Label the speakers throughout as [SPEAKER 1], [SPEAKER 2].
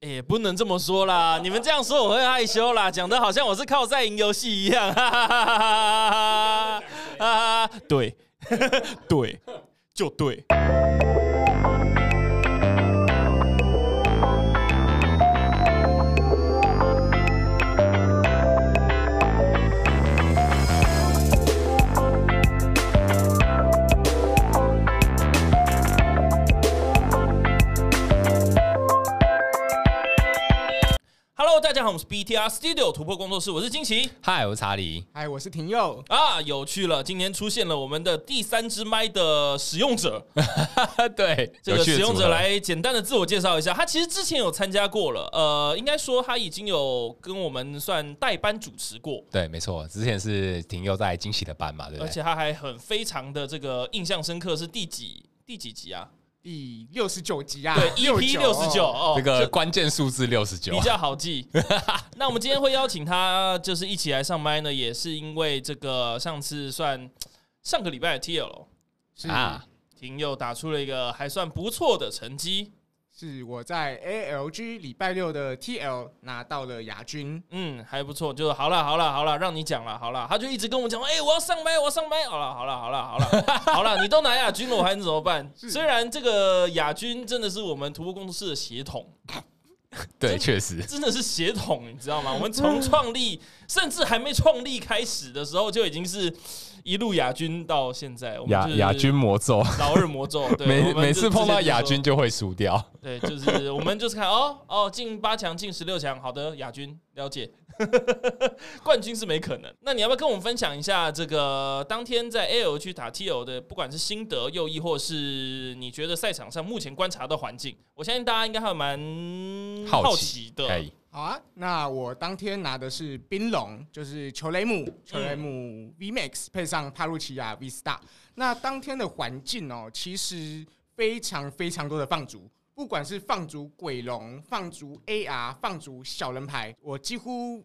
[SPEAKER 1] 也、不能这么说啦，你们这样说我会害羞啦，讲的好像我是靠在赢游戏一样，哈哈哈哈哈哈哈哈！对，对，就对。Hello，大家好，我们是 BTR Studio 突破工作室，我是金奇。
[SPEAKER 2] 嗨，我是 查理。
[SPEAKER 3] 嗨，我是廷佑。
[SPEAKER 1] 啊，有趣了！今天出现了我们的第三支麦的使用者，
[SPEAKER 2] 对，
[SPEAKER 1] 这个
[SPEAKER 2] 有趣的
[SPEAKER 1] 使用者
[SPEAKER 2] 组合，
[SPEAKER 1] 来简单的自我介绍一下。他其实之前有参加过了，呃，应该说他已经有跟我们算代班主持过，
[SPEAKER 2] 对，没错，之前是停留在惊喜的班嘛，对不
[SPEAKER 1] 而
[SPEAKER 2] 对？
[SPEAKER 1] 且他还很非常的这个印象深刻，是第几第几集啊？
[SPEAKER 3] 第六十九集啊，
[SPEAKER 1] 对，EP 六十九，哦，
[SPEAKER 2] 这个关键数字六十
[SPEAKER 1] 就
[SPEAKER 2] 九
[SPEAKER 1] 比，较好记。那我们今天会邀请他，就是一起来上麦呢，也是因为这个上次算上个礼拜的 TL
[SPEAKER 3] 是、
[SPEAKER 2] 啊
[SPEAKER 1] 廷佑打出了一个还算不错的成绩，
[SPEAKER 3] 是我在 ALG 礼拜六的 TL 拿到了亚军，
[SPEAKER 1] 嗯，还不错，就好了，好了，好了，让你讲了，好了，他就一直跟我讲，哎、我要上麦，我要上麦，好了，好了，好了，好了，好了，你都拿亚军了，我还能怎么办？
[SPEAKER 3] 是
[SPEAKER 1] 虽然这个亚军真的是我们徒步工作室的血统，
[SPEAKER 2] 对，确 实，
[SPEAKER 1] 真的是血统，你知道吗？我们从创立，甚至还没创立开始的时候，就已经是一路亚军到现在，我们
[SPEAKER 2] 亚
[SPEAKER 1] 就是
[SPEAKER 2] 亚军魔咒，
[SPEAKER 1] 老二魔咒，对，
[SPEAKER 2] 每
[SPEAKER 1] 我们就
[SPEAKER 2] 每次碰到亚
[SPEAKER 1] 之前
[SPEAKER 2] 军就会输掉。
[SPEAKER 1] 就说，对，就是我们就是看哦哦，进八强，进十六强，好的，亚军了解， 冠军是没可能。那你要不要跟我们分享一下这个当天在 L 去打 T L 的，不管是心得，又亦或是你觉得赛场上目前观察的环境，我相信大家应该还蛮
[SPEAKER 2] 好奇
[SPEAKER 1] 奇的，
[SPEAKER 2] 哎，
[SPEAKER 3] 好啊，那我当天拿的是冰龙，就是球雷姆、
[SPEAKER 1] 嗯
[SPEAKER 3] 球雷姆 VMAX 配上帕路奇亚 V Star。那当天的环境哦，其实非常非常多的放逐，不管是放逐鬼龙、放逐 AR、放逐小人牌，我几乎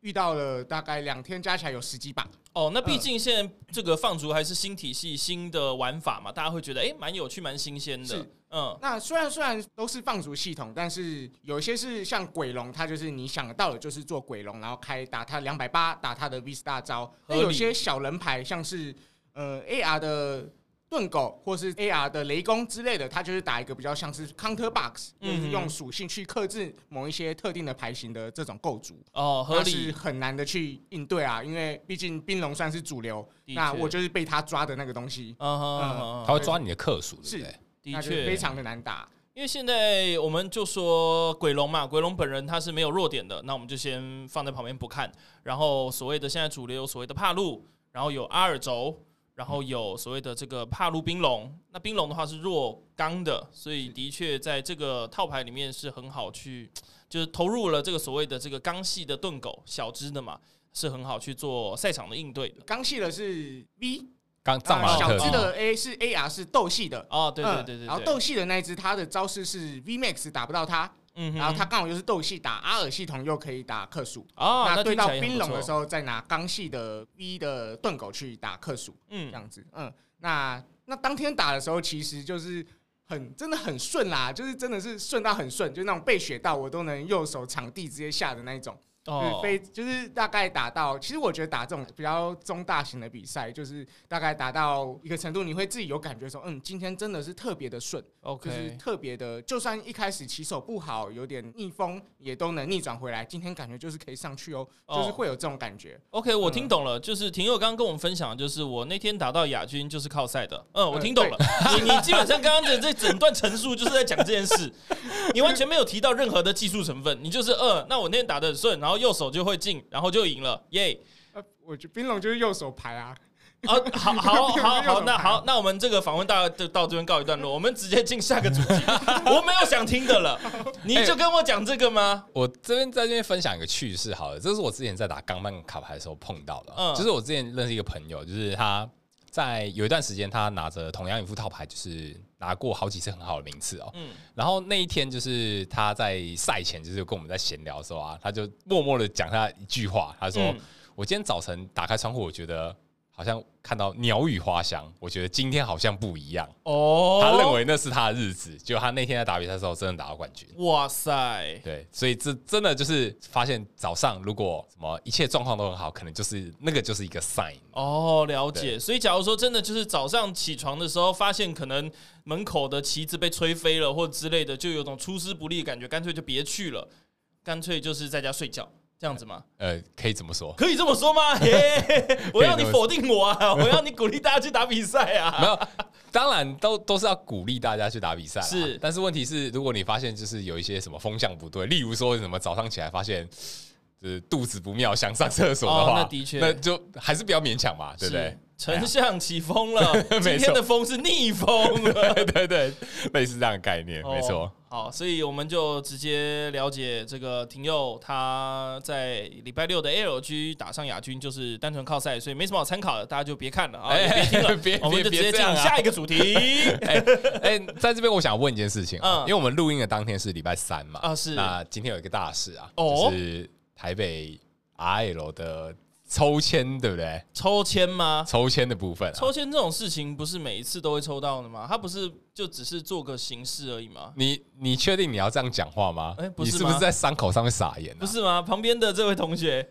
[SPEAKER 3] 遇到了大概两天加起来有十几把。
[SPEAKER 1] 哦，那毕
[SPEAKER 3] 嗯
[SPEAKER 1] 竟现在这个放逐还是新体系、新的玩法嘛，大家会觉得诶蛮、有趣、蛮新鲜的
[SPEAKER 3] 是。
[SPEAKER 1] 嗯，
[SPEAKER 3] 那虽然虽然都是放逐系统，但是有一些是像鬼龙，它就是你想得到的就是做鬼龙，然后开打它两百八，打它的 V star 招。那
[SPEAKER 1] 合理
[SPEAKER 3] 有些小人牌像是呃 AR 的盾狗或是 AR 的雷公之类的，它就是打一个比较像是 counter box，、
[SPEAKER 1] 嗯哼
[SPEAKER 3] 就是用属性去克制某一些特定的牌型的这种构筑。
[SPEAKER 1] 哦，合
[SPEAKER 3] 那是
[SPEAKER 1] 理。
[SPEAKER 3] 很难的去应对啊，因为毕竟冰龙算是主流，
[SPEAKER 1] 的
[SPEAKER 3] 那
[SPEAKER 1] 确
[SPEAKER 3] 我就是被他抓的那个东西，
[SPEAKER 1] 嗯哼
[SPEAKER 3] 嗯
[SPEAKER 1] 嗯
[SPEAKER 2] 他
[SPEAKER 1] 哼，
[SPEAKER 2] 会抓你的克数，对
[SPEAKER 3] 是
[SPEAKER 2] 不对？
[SPEAKER 1] 的
[SPEAKER 3] 那就是非
[SPEAKER 1] 确，
[SPEAKER 3] 常的难打。
[SPEAKER 1] 因为现在我们就说鬼龙嘛，鬼龙本人他是没有弱点的，那我们就先放在旁边不看。然后所谓的现在主流有所谓的帕路，然后有阿尔轴，然后有所谓的这个帕路冰龙。那冰龙的话是弱钢的，所以的确在这个套牌里面是很好去，就是投入了这个所谓的这个钢系的盾狗小只的嘛，是很好去做赛场的应对的。
[SPEAKER 3] 刚系的是 V，
[SPEAKER 2] 刚藏马
[SPEAKER 3] 啊小
[SPEAKER 2] 特
[SPEAKER 3] 只
[SPEAKER 2] 地
[SPEAKER 3] 的 A 是 AR 是斗系的，
[SPEAKER 1] 哦，对对
[SPEAKER 3] 嗯
[SPEAKER 1] 对对
[SPEAKER 3] 然后
[SPEAKER 1] 对，
[SPEAKER 3] 斗系的那一只，它的招式是 V Max 打不到它，
[SPEAKER 1] 嗯哼
[SPEAKER 3] 然后它刚好又是斗系打阿尔系统又可以打克数，
[SPEAKER 1] 哦，那
[SPEAKER 3] 对
[SPEAKER 1] 听
[SPEAKER 3] 到
[SPEAKER 1] 起来也很
[SPEAKER 3] 冰
[SPEAKER 1] 不
[SPEAKER 3] 龙的
[SPEAKER 1] 错
[SPEAKER 3] 时候再拿刚系的 V 的盾狗去打克数，这
[SPEAKER 1] 嗯，
[SPEAKER 3] 样子，嗯，那那当天打的时候其实就是。很真的很顺啦，就是真的是顺到很顺，就那种被雪到我都能右手场地直接下的那一种。就是
[SPEAKER 1] 哦，
[SPEAKER 3] 非就是大概打到，其实我觉得打这种比较中大型的比赛，就是大概打到一个程度，你会自己有感觉说，嗯，今天真的是特别的顺，
[SPEAKER 1] OK，
[SPEAKER 3] 就是特别的，就算一开始起手不好，有点逆风，也都能逆转回来。今天感觉就是可以上去哦，
[SPEAKER 1] 哦
[SPEAKER 3] 就是会有这种感觉。
[SPEAKER 1] OK，我
[SPEAKER 2] 嗯
[SPEAKER 1] 听懂了，就是廷佑刚刚跟我们分享，就是我那天打到亚军就是靠赛的，嗯，我听懂了。你你基本上刚刚的这整段陈述就是在讲这件事，你完全没有提到任何的技术成分，你就是嗯，那我那天打的很顺，然后右手就会进，然后就赢了，耶！
[SPEAKER 3] 呃，我觉得冰龙就是右手牌啊，
[SPEAKER 1] 啊，好好好好，那好，那我们这个访问大概就到这边告一段落，我们直接进下个主题。我没有想听的了，你
[SPEAKER 2] 哎
[SPEAKER 1] 就跟我讲这个吗？
[SPEAKER 2] 我这边在这边分享一个趣事好了，这是我之前在打钢曼卡牌的时候碰到的，
[SPEAKER 1] 嗯
[SPEAKER 2] 就是我之前认识一个朋友，就是他在有一段时间，他拿着同样一副套牌，就是拿过好几次很好的名次哦。
[SPEAKER 1] 嗯
[SPEAKER 2] 然后那一天就是他在赛前就是跟我们在闲聊的时候啊，他就默默的讲他一句话，他说：“
[SPEAKER 1] 嗯
[SPEAKER 2] 我今天早晨打开窗户，我觉得。”好像看到鸟语花香，我觉得今天好像不一样。
[SPEAKER 1] 哦，
[SPEAKER 2] 他认为那是他的日子，就他那天在打比赛的时候，真的打到冠军。
[SPEAKER 1] 哇塞，
[SPEAKER 2] 对，所以这真的就是发现早上如果什么一切状况都很好，可能就是那个就是一个 sign。
[SPEAKER 1] 哦，了解。
[SPEAKER 2] 对
[SPEAKER 1] 所以，假如说真的就是早上起床的时候，发现可能门口的旗子被吹飞了，或之类的，就有种出师不利的感觉，干脆就别去了，干脆就是在家睡觉，这样子吗？
[SPEAKER 2] 呃，可以怎么说？
[SPEAKER 1] 可以这么说吗？ 嘿嘿嘿我要你否定我啊！我要你鼓励大家去打比赛
[SPEAKER 2] 没
[SPEAKER 1] 啊！
[SPEAKER 2] 有，当然都都是要鼓励大家去打比赛啦。
[SPEAKER 1] 是
[SPEAKER 2] 但是问题是，如果你发现就是有一些什么风向不对，例如说什么早上起来发现就是肚子不妙，想上厕所的
[SPEAKER 1] 哦
[SPEAKER 2] 话，
[SPEAKER 1] 那的确
[SPEAKER 2] 那就还是不要勉强嘛，对不对
[SPEAKER 1] 是？丞相起风 了，今天的风是逆 风了。
[SPEAKER 2] 对对对，类似这样的概念，没错
[SPEAKER 1] 哦。。好，所以我们就直接了解这个廷佑他在礼拜六的 ALG 打上亚军，就是单纯靠赛，所以没什么好参考的，大家就别看了啊，也别听了，
[SPEAKER 2] 哎 别
[SPEAKER 1] 我们就
[SPEAKER 2] 别
[SPEAKER 1] 直
[SPEAKER 2] 别
[SPEAKER 1] 接
[SPEAKER 2] 这
[SPEAKER 1] 进
[SPEAKER 2] 样
[SPEAKER 1] 入
[SPEAKER 2] 啊！
[SPEAKER 1] 下一个主 题
[SPEAKER 2] 哎哎，在这边我想问一件事情啊，
[SPEAKER 1] 嗯
[SPEAKER 2] 因为我们录音的当天是礼拜三嘛，
[SPEAKER 1] 啊，是
[SPEAKER 2] 那今天有一个大事啊，
[SPEAKER 1] 哦
[SPEAKER 2] 就是台北 RL 的抽签，对不对？
[SPEAKER 1] 抽签吗？
[SPEAKER 2] 抽签的部分、啊，
[SPEAKER 1] 啊抽签这种事情不是每一次都会抽到的吗？他不是就只是做个形式而已吗？
[SPEAKER 2] 你你确定你要这样讲话吗？
[SPEAKER 1] 哎不
[SPEAKER 2] 你
[SPEAKER 1] 是
[SPEAKER 2] 是不是
[SPEAKER 1] 吗
[SPEAKER 2] 在伤口上面撒盐、啊？
[SPEAKER 1] 不，是吗？旁边的这位同学，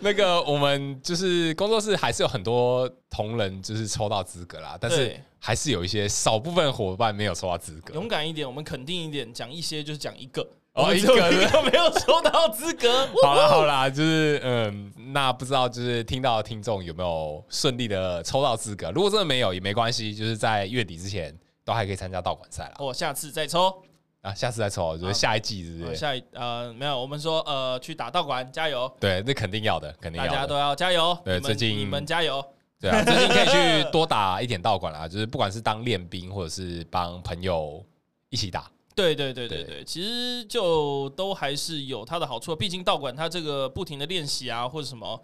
[SPEAKER 2] 那个我们就是工作室还是有很多同仁就是抽到资格啦， 但是
[SPEAKER 1] 对
[SPEAKER 2] 还是有一些少部分伙伴没有抽到资格。
[SPEAKER 1] 勇敢一点，我们肯定一点，讲一些就是讲一个，
[SPEAKER 2] 哦
[SPEAKER 1] 我们
[SPEAKER 2] 一
[SPEAKER 1] 只有
[SPEAKER 2] 个
[SPEAKER 1] 一个没有抽到资格。
[SPEAKER 2] 好啦好啦，就是嗯，那不知道就是听到的听众有没有顺利的抽到资格？如果真的没有也没关系，就是在月底之前都还可以参加道馆赛啦。
[SPEAKER 1] 我下次再抽。
[SPEAKER 2] 啊，下次再抽，就是下一季是不
[SPEAKER 1] 呃
[SPEAKER 2] 是？
[SPEAKER 1] 下一呃没有，我们说呃去打道馆加油，
[SPEAKER 2] 对，那肯定要的，肯定
[SPEAKER 1] 大
[SPEAKER 2] 要
[SPEAKER 1] 家
[SPEAKER 2] 的
[SPEAKER 1] 都。要加油。
[SPEAKER 2] 对
[SPEAKER 1] 你们
[SPEAKER 2] 最近
[SPEAKER 1] 你们加油。
[SPEAKER 2] 对啊，最近可以去多打一点道馆啦，就是不管是当练兵或者是帮朋友一起打，
[SPEAKER 1] 对对对对
[SPEAKER 2] 对
[SPEAKER 1] 对，其实就都还是有它的好处，啊毕竟道馆它这个不停的练习啊或者什么，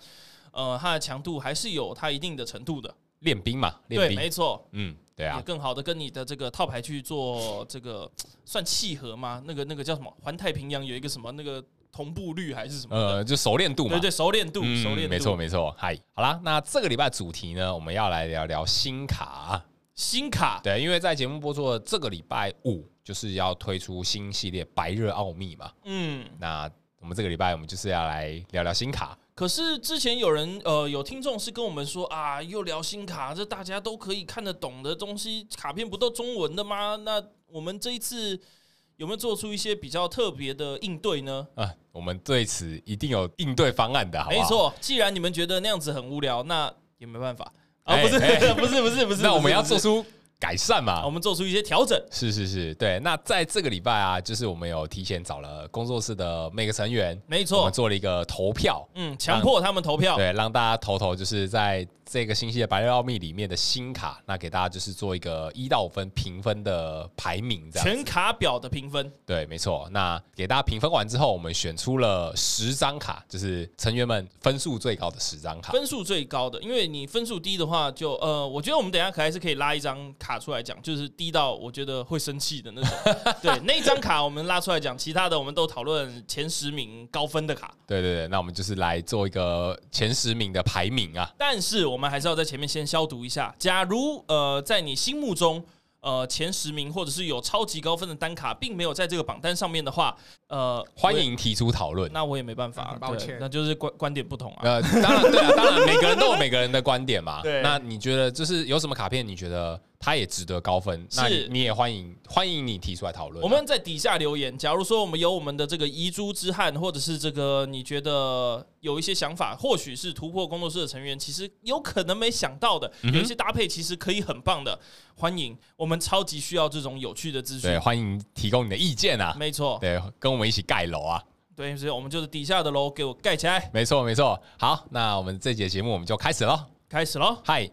[SPEAKER 1] 呃它的强度还是有它一定的程度的。
[SPEAKER 2] 练兵嘛，练
[SPEAKER 1] 对，
[SPEAKER 2] 兵，
[SPEAKER 1] 没错，
[SPEAKER 2] 嗯，对
[SPEAKER 1] 也
[SPEAKER 2] 啊，
[SPEAKER 1] 更好的跟你的这个套牌去做这个算契合吗？那个那个叫什么？环太平洋有一个什么那个同步率还是什么的？
[SPEAKER 2] 呃，就熟练度嘛
[SPEAKER 1] 对，对，熟练度，
[SPEAKER 2] 嗯
[SPEAKER 1] 熟练度，
[SPEAKER 2] 没错没错，嗨，好啦，那这个礼拜主题呢，我们要来聊聊新卡，
[SPEAKER 1] 新卡
[SPEAKER 2] 对，因为在节目播出的这个礼拜五，就是要推出新系列《白热奥秘》嘛，
[SPEAKER 1] 嗯，
[SPEAKER 2] 那我们这个礼拜我们就是要来聊聊新卡，
[SPEAKER 1] 可是之前有人呃有听众是跟我们说啊，又聊新卡，这大家都可以看得懂的东西，卡片不都中文的吗？那我们这一次有没有做出一些比较特别的应对呢？
[SPEAKER 2] 啊、我们对此一定有应对方案的，好不好？啊
[SPEAKER 1] 没，错，既然你们觉得那样子很无聊，那也没办法啊，
[SPEAKER 2] 哎
[SPEAKER 1] 不是、
[SPEAKER 2] 哎
[SPEAKER 1] 不是不是不是，
[SPEAKER 2] 那我
[SPEAKER 1] 不
[SPEAKER 2] 们
[SPEAKER 1] 是
[SPEAKER 2] 要
[SPEAKER 1] 不
[SPEAKER 2] 做
[SPEAKER 1] 是
[SPEAKER 2] 出改善嘛
[SPEAKER 1] 啊，我，们做出一些调整。
[SPEAKER 2] 是是是，对。那在这个礼拜啊，就是我们有提前找了工作室的每个成员，
[SPEAKER 1] 没
[SPEAKER 2] 我
[SPEAKER 1] 错
[SPEAKER 2] 们，做了一个投票，
[SPEAKER 1] 嗯，强迫他们投票。
[SPEAKER 2] 对，让大家投投就是在这个星期的白日奥秘里面的新卡，那给大家就是做一个一到五分评分的排名，这样
[SPEAKER 1] 全
[SPEAKER 2] 子。
[SPEAKER 1] 卡表的评分，
[SPEAKER 2] 对，没错。那给大家评分完之后，我们选出了十张卡，就是成员们分数最高的十张卡。
[SPEAKER 1] 分数最高的，因为你分数低的话就，呃，我觉得我们等一下可还是可以拉一张卡出来讲，就是低到我觉得会生气的那种。对，那一张卡我们拉出来讲，其他的我们都讨论前十名高分的卡，
[SPEAKER 2] 对对对，那我们就是来做一个前十名的排名啊。
[SPEAKER 1] 但是我们还是要在前面先消毒一下。假如呃，在你心目中。呃，前十名或者是有超级高分的单卡，并没有在这个榜单上面的话，呃，
[SPEAKER 2] 欢
[SPEAKER 1] 我也，
[SPEAKER 2] 迎提出讨论。
[SPEAKER 1] 那我也没办法，
[SPEAKER 3] 很抱
[SPEAKER 1] 对
[SPEAKER 3] 歉
[SPEAKER 1] 那就是观观点不同啊。
[SPEAKER 2] 呃，当然对啊，当然每个人都有每个人的观点嘛。
[SPEAKER 1] 对
[SPEAKER 2] 那你觉得就是有什么卡片你觉得它也值得高分？那你
[SPEAKER 1] 是
[SPEAKER 2] 你也欢迎欢迎你提出来讨论啊。
[SPEAKER 1] 我们在底下留言，假如说我们有我们的这个遗珠之憾，或者是这个你觉得有一些想法，或许是突破工作室的成员，其实有可能没想到的，
[SPEAKER 2] 嗯
[SPEAKER 1] 有一些搭配其实可以很棒的，欢迎我们超级需要这种有趣的资
[SPEAKER 2] 对
[SPEAKER 1] 讯。
[SPEAKER 2] 欢迎提供你的意见啊。
[SPEAKER 1] 没错，
[SPEAKER 2] 对，跟我们一起盖楼啊。
[SPEAKER 1] 对，所以我们就是底下的楼给我盖起来，
[SPEAKER 2] 没错没错。好，那我们这节节目我们就开始喽。
[SPEAKER 1] 开始喽。
[SPEAKER 2] 嗨，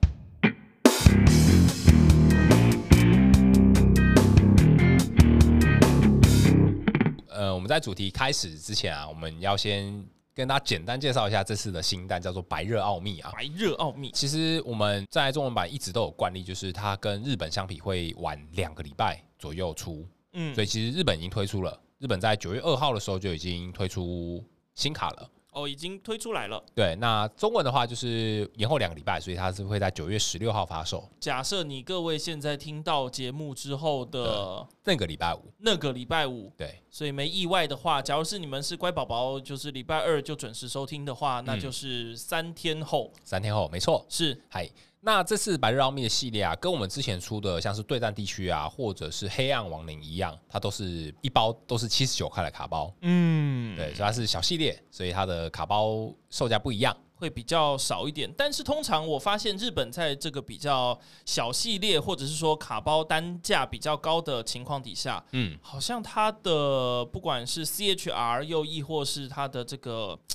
[SPEAKER 2] 呃，我们在主题开始之前啊，我们要先跟大家简单介绍一下这次的新单，叫做《白热奥秘》啊。
[SPEAKER 1] 白热奥秘，
[SPEAKER 2] 其实我们在中文版一直都有惯例，就是它跟日本相比会晚两个礼拜左右出，
[SPEAKER 1] 嗯
[SPEAKER 2] 所，以其实日本已经推出了。日本在九月二号的时候就已经推出新卡了，
[SPEAKER 1] 哦，已经推出来了。
[SPEAKER 2] 对，那中文的话就是延后两个礼拜，所以它是会在九月十六号发售，
[SPEAKER 1] 假设你各位现在听到节目之后的
[SPEAKER 2] 那个礼拜五。
[SPEAKER 1] 那个礼拜五，
[SPEAKER 2] 对，
[SPEAKER 1] 所以没意外的话，假如是你们是乖宝宝，就是礼拜二就准时收听的
[SPEAKER 2] 嗯
[SPEAKER 1] 话，那就是三天后。
[SPEAKER 2] 三天后，没错。
[SPEAKER 1] 是
[SPEAKER 2] 嗨，那这次白日奥秘的系列啊，跟我们之前出的像是对战地区啊，或者是黑暗亡灵一样，它都是一包都是七十九块的卡包，
[SPEAKER 1] 嗯，
[SPEAKER 2] 对，所以它是小系列，所以它的卡包售价不一样。
[SPEAKER 1] 会比较少一点。但是通常我发现日本在这个比较小系列，或者是说卡包单价比较高的情况底下，
[SPEAKER 2] 嗯，
[SPEAKER 1] 好像它的不管是 CHR 又亦或是它的这个嘖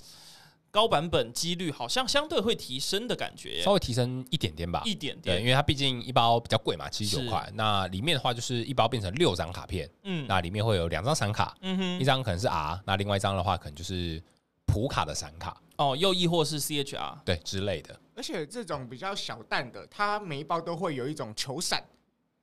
[SPEAKER 1] 高版本几率，好像相对会提升的感觉耶
[SPEAKER 2] 嗯稍，微提升一点点吧。
[SPEAKER 1] 一点
[SPEAKER 2] 对，因
[SPEAKER 1] 点。
[SPEAKER 2] 为它毕竟一包比较贵嘛，七十
[SPEAKER 1] 是
[SPEAKER 2] 九块。那里面的话就是一包变成六张卡片，
[SPEAKER 1] 嗯
[SPEAKER 2] 那里面会有两张闪卡，
[SPEAKER 1] 嗯
[SPEAKER 2] 一
[SPEAKER 1] 哼，
[SPEAKER 2] 张可能是 R，那另外一张的话可能就是普卡的闪卡，
[SPEAKER 1] 哦，又亦或是 CHR。
[SPEAKER 2] 对之类的。
[SPEAKER 3] 而且这种比较小弹的，它每一包都会有一种球伞，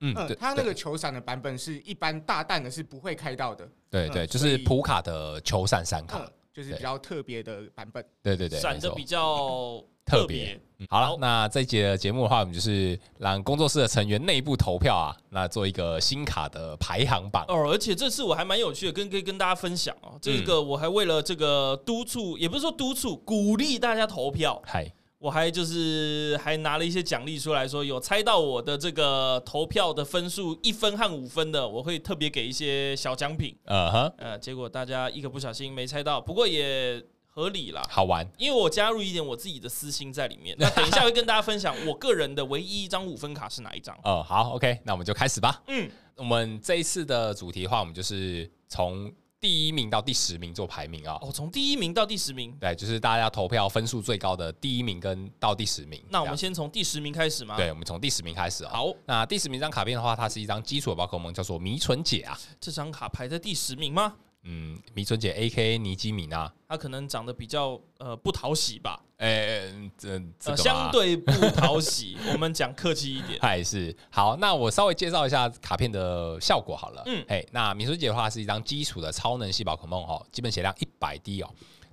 [SPEAKER 2] 嗯，
[SPEAKER 3] 嗯
[SPEAKER 2] 对，，
[SPEAKER 3] 它那
[SPEAKER 2] 对
[SPEAKER 3] 个球伞的版本是一般大弹的是不会开到的，
[SPEAKER 2] 对
[SPEAKER 3] 嗯
[SPEAKER 2] 对，就
[SPEAKER 3] 所
[SPEAKER 2] 是
[SPEAKER 3] 以
[SPEAKER 2] 普卡的球闪闪卡
[SPEAKER 3] 嗯，，就是比较特别的版本。
[SPEAKER 2] 对对对，
[SPEAKER 1] 闪
[SPEAKER 2] 没
[SPEAKER 1] 的
[SPEAKER 2] 错
[SPEAKER 1] 比较 别
[SPEAKER 2] 特别。嗯好
[SPEAKER 1] 好
[SPEAKER 2] 了，那这一节的节目的话，我们就是让工作室的成员内部投票啊，那做一个新卡的排行榜。
[SPEAKER 1] 哦，而且这次我还蛮有趣的，跟可以跟大家分享哦。
[SPEAKER 2] 嗯
[SPEAKER 1] 这个我还为了这个督促，也不是说督促，鼓励大家投票，
[SPEAKER 2] 嗨，
[SPEAKER 1] 我还就是还拿了一些奖励出来说，有猜到我的这个投票的分数一分和五分的，我会特别给一些小奖品。
[SPEAKER 2] 呃哼，
[SPEAKER 1] 呃，结果大家一个不小心没猜到，不过也合理啦。
[SPEAKER 2] 好玩，
[SPEAKER 1] 因为我加入一点我自己的私心在里面，那等一下会跟大家分享我个人的唯一一张五分卡是哪一张。
[SPEAKER 2] 哦、好，OK，那我们就开始吧。
[SPEAKER 1] 嗯，
[SPEAKER 2] 我们这一次的主题的话，我们就是从第一名到第十名做排名啊、
[SPEAKER 1] 哦，从第一名到第十名，
[SPEAKER 2] 对，就是大家投票分数最高的第一名跟到第十名。
[SPEAKER 1] 那我们
[SPEAKER 2] 这
[SPEAKER 1] 先从第十名开始吗？
[SPEAKER 2] 样，对，我们从第十名开始哦。
[SPEAKER 1] 好，
[SPEAKER 2] 那第十名这张卡片的话，它是一张基础的宝可梦，叫做迷唇姐啊。
[SPEAKER 1] 这张卡排在第十名吗？
[SPEAKER 2] 嗯，迷唇姐 A.K. 尼基米娜。
[SPEAKER 1] 它可能长得比较呃不讨喜吧，
[SPEAKER 2] 呃，这这
[SPEAKER 1] 呃
[SPEAKER 2] 个
[SPEAKER 1] 相
[SPEAKER 2] 吧，
[SPEAKER 1] 对 不讨喜。我们讲客气一点，
[SPEAKER 2] 它也是好。那我稍微介绍一下卡片的效果好了。
[SPEAKER 1] 嗯
[SPEAKER 2] 嗯，哎，那米苏姐的话是一张基础的超能细胞可梦哦，基本血量一百滴哦。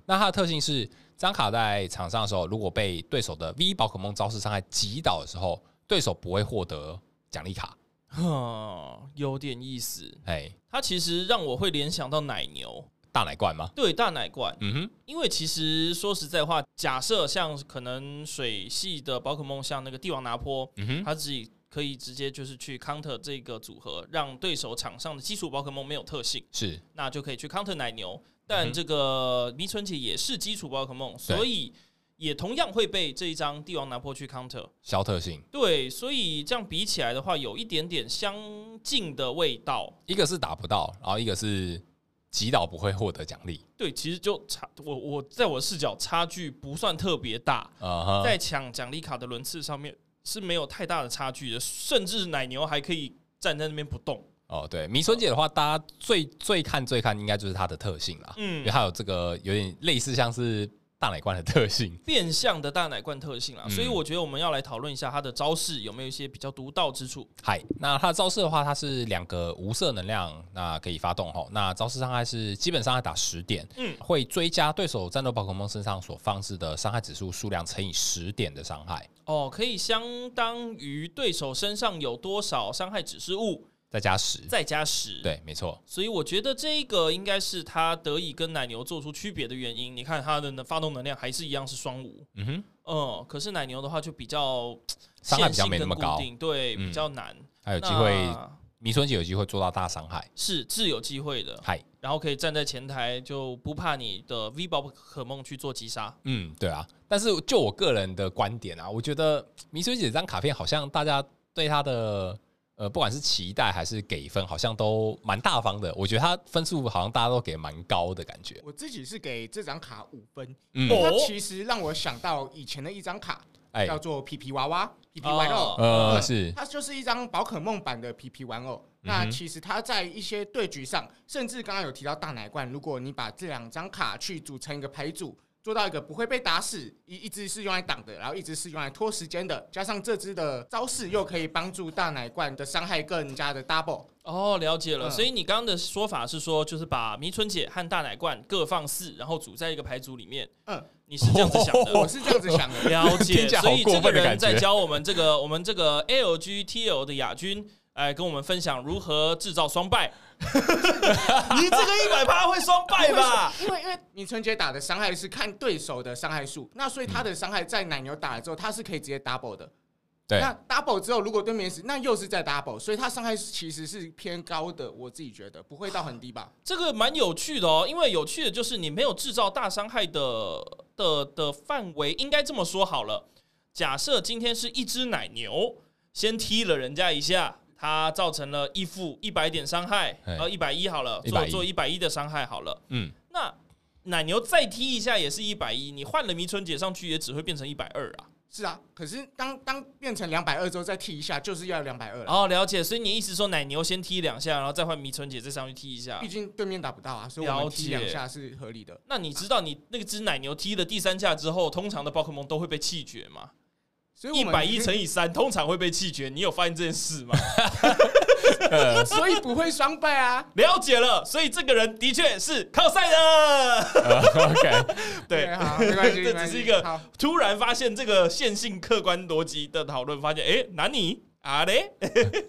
[SPEAKER 2] 那它的特性是，这张卡在场上的时候，如果被对手的 V 宝可梦招式伤害击倒的时候，对手不会获得奖励卡。
[SPEAKER 1] 哼，有点意思。
[SPEAKER 2] 哎，
[SPEAKER 1] 它其实让我会联想到奶牛，
[SPEAKER 2] 大奶罐吗？
[SPEAKER 1] 对大奶罐，
[SPEAKER 2] 嗯哼，
[SPEAKER 1] 因为其实说实在话，假设像可能水系的宝可梦，像那个帝王拿坡，
[SPEAKER 2] 嗯哼，
[SPEAKER 1] 它自己可以直接就是去 counter 这个组合，让对手场上的基础宝可梦没有特性。
[SPEAKER 2] 是
[SPEAKER 1] 那就可以去 counter 奶牛。但这个迷春姐也是基础宝可梦，所以也同样会被这一张帝王拿破去 counter。
[SPEAKER 2] 消特性，
[SPEAKER 1] 对，所以这样比起来的话，有一点点相近的味道。
[SPEAKER 2] 一个是打不到，然后一个是击倒不会获得奖励。
[SPEAKER 1] 对，其实就差我我在我视角差距不算特别大，
[SPEAKER 2] 嗯哼，
[SPEAKER 1] 在抢奖励卡的轮次上面是没有太大的差距的，甚至奶牛还可以站在那边不动。
[SPEAKER 2] 哦，对，迷春姐的话，大家最最看最看应该就是它的特性啦，因
[SPEAKER 1] 嗯
[SPEAKER 2] 为，它有这个有点类似像是大奶罐的特性。
[SPEAKER 1] 变相的大奶罐特性啦，
[SPEAKER 2] 嗯
[SPEAKER 1] 所以我觉得我们要来讨论一下它的招式有没有一些比较独到之处。
[SPEAKER 2] 嗨，那它的招式的话，它是两个无色能量，那可以发动吼。那招式伤害是基本上要打十点，
[SPEAKER 1] 嗯
[SPEAKER 2] 嗯，会追加对手战斗宝可梦身上所放置的伤害指数数量乘以十点的伤害，
[SPEAKER 1] 哦，可以相当于对手身上有多少伤害指示物，
[SPEAKER 2] 再加十。
[SPEAKER 1] 再加十。，
[SPEAKER 2] 对，没错，
[SPEAKER 1] 所以我觉得这个应该是他得以跟奶牛做出区别的原因。你看他的能发动能量还是一样是双五，
[SPEAKER 2] 嗯哼，
[SPEAKER 1] 嗯，可是奶牛的话就比较
[SPEAKER 2] 伤害比
[SPEAKER 1] 线
[SPEAKER 2] 较
[SPEAKER 1] 性
[SPEAKER 2] 没那
[SPEAKER 1] 跟
[SPEAKER 2] 么
[SPEAKER 1] 固
[SPEAKER 2] 高，
[SPEAKER 1] 定，对，
[SPEAKER 2] 嗯
[SPEAKER 1] 比较难。
[SPEAKER 2] 还有机会，
[SPEAKER 1] 那
[SPEAKER 2] 迷春姐有机会做到大伤害。
[SPEAKER 1] 是是有机会的，
[SPEAKER 2] 嗨，
[SPEAKER 1] 然后可以站在前台，就不怕你的 V 宝可梦去做击杀。
[SPEAKER 2] 嗯，对啊，但是就我个人的观点啊，我觉得迷水姐这张卡片好像大家对她的呃，不管是期待还是给分，好像都蛮大方的。我觉得她分数好像大家都给蛮高的感觉。
[SPEAKER 3] 我自己是给这张卡五分，
[SPEAKER 2] 嗯
[SPEAKER 1] 哦，
[SPEAKER 3] 它其实让我想到以前的一张卡，
[SPEAKER 2] 哎、
[SPEAKER 3] 叫做皮皮娃娃、皮皮玩偶，
[SPEAKER 2] 呃，
[SPEAKER 3] 嗯
[SPEAKER 2] 是，嗯
[SPEAKER 3] 它就是一张宝可梦版的皮皮玩偶。那其实它在一些对局上，甚至刚刚有提到大奶罐，如果你把这两张卡去组成一个牌组，做到一个不会被打死，一一只是用来挡的，然后一只是用来拖时间的，加上这只的招式又可以帮助大奶罐的伤害更加的 double。
[SPEAKER 1] 哦，了解了。
[SPEAKER 3] 嗯
[SPEAKER 1] 所以你刚刚的说法是说，就是把迷春姐和大奶罐各放四，然后组在一个牌组里面。
[SPEAKER 3] 嗯，
[SPEAKER 1] 你是这样子想
[SPEAKER 3] 我
[SPEAKER 2] 哦
[SPEAKER 1] 的。
[SPEAKER 3] 是这样子想的，
[SPEAKER 1] 了解
[SPEAKER 2] 听，起来好
[SPEAKER 1] 所以这
[SPEAKER 2] 过
[SPEAKER 1] 个
[SPEAKER 2] 分的
[SPEAKER 1] 人
[SPEAKER 2] 感觉
[SPEAKER 1] 在教我们这个我们这个 LGTO 的亚军，哎，跟我们分享如何制造双 败。你这个一百趴会双败吧？
[SPEAKER 3] 因为因为明春姐打的伤害是看对手的伤害数，那所以他的伤害在奶牛打了之后，他是可以直接 double 的。
[SPEAKER 2] 对
[SPEAKER 3] 那 double 之后，如果对面是那又是在 double，所以他伤害其实是偏高的，我自己觉得不会到很低 吧。
[SPEAKER 1] 这个蛮有趣的哦，因为有趣的就是你没有制造大伤害的的的范围，应该这么说好了。假设今天是一只奶牛先踢了人家一下，它造成了一负一百点伤害，
[SPEAKER 2] 哎
[SPEAKER 1] 呃，一百一好了，做
[SPEAKER 2] 110
[SPEAKER 1] 做一百一的伤害好了。
[SPEAKER 2] 嗯，
[SPEAKER 1] 那奶牛再踢一下也是一百一，你换了迷春姐上去也只会变成一百二啊。
[SPEAKER 3] 是啊，可是当当变成两百二之后再踢一下，就是要两百二啊了。
[SPEAKER 1] 哦，了解。所以你意思说奶牛先踢两下，然后再换迷春姐再上去踢一下
[SPEAKER 3] 毕。竟对面打不到啊，所以我
[SPEAKER 1] 了
[SPEAKER 3] 们
[SPEAKER 1] 解
[SPEAKER 3] 踢两下是合理的。
[SPEAKER 1] 那你知道你那只奶牛踢了第三下之后，通常的宝可梦都会被弃绝吗？
[SPEAKER 3] 所以
[SPEAKER 1] 一
[SPEAKER 3] 我
[SPEAKER 1] 百
[SPEAKER 3] 们
[SPEAKER 1] 一乘以三通常会被弃绝，你有发现这件事吗？
[SPEAKER 2] 呃
[SPEAKER 3] 所以不会双倍啊。
[SPEAKER 1] 了解了，所以这个人的确是靠赛 的。
[SPEAKER 2] ，OK，
[SPEAKER 1] 对，
[SPEAKER 3] 好，没 关系，
[SPEAKER 1] 这
[SPEAKER 3] 没关
[SPEAKER 1] 只
[SPEAKER 3] 系
[SPEAKER 1] 是一个
[SPEAKER 3] 好
[SPEAKER 1] 突然发现这个线性客观逻辑的讨论，发现诶，南你啊嘞，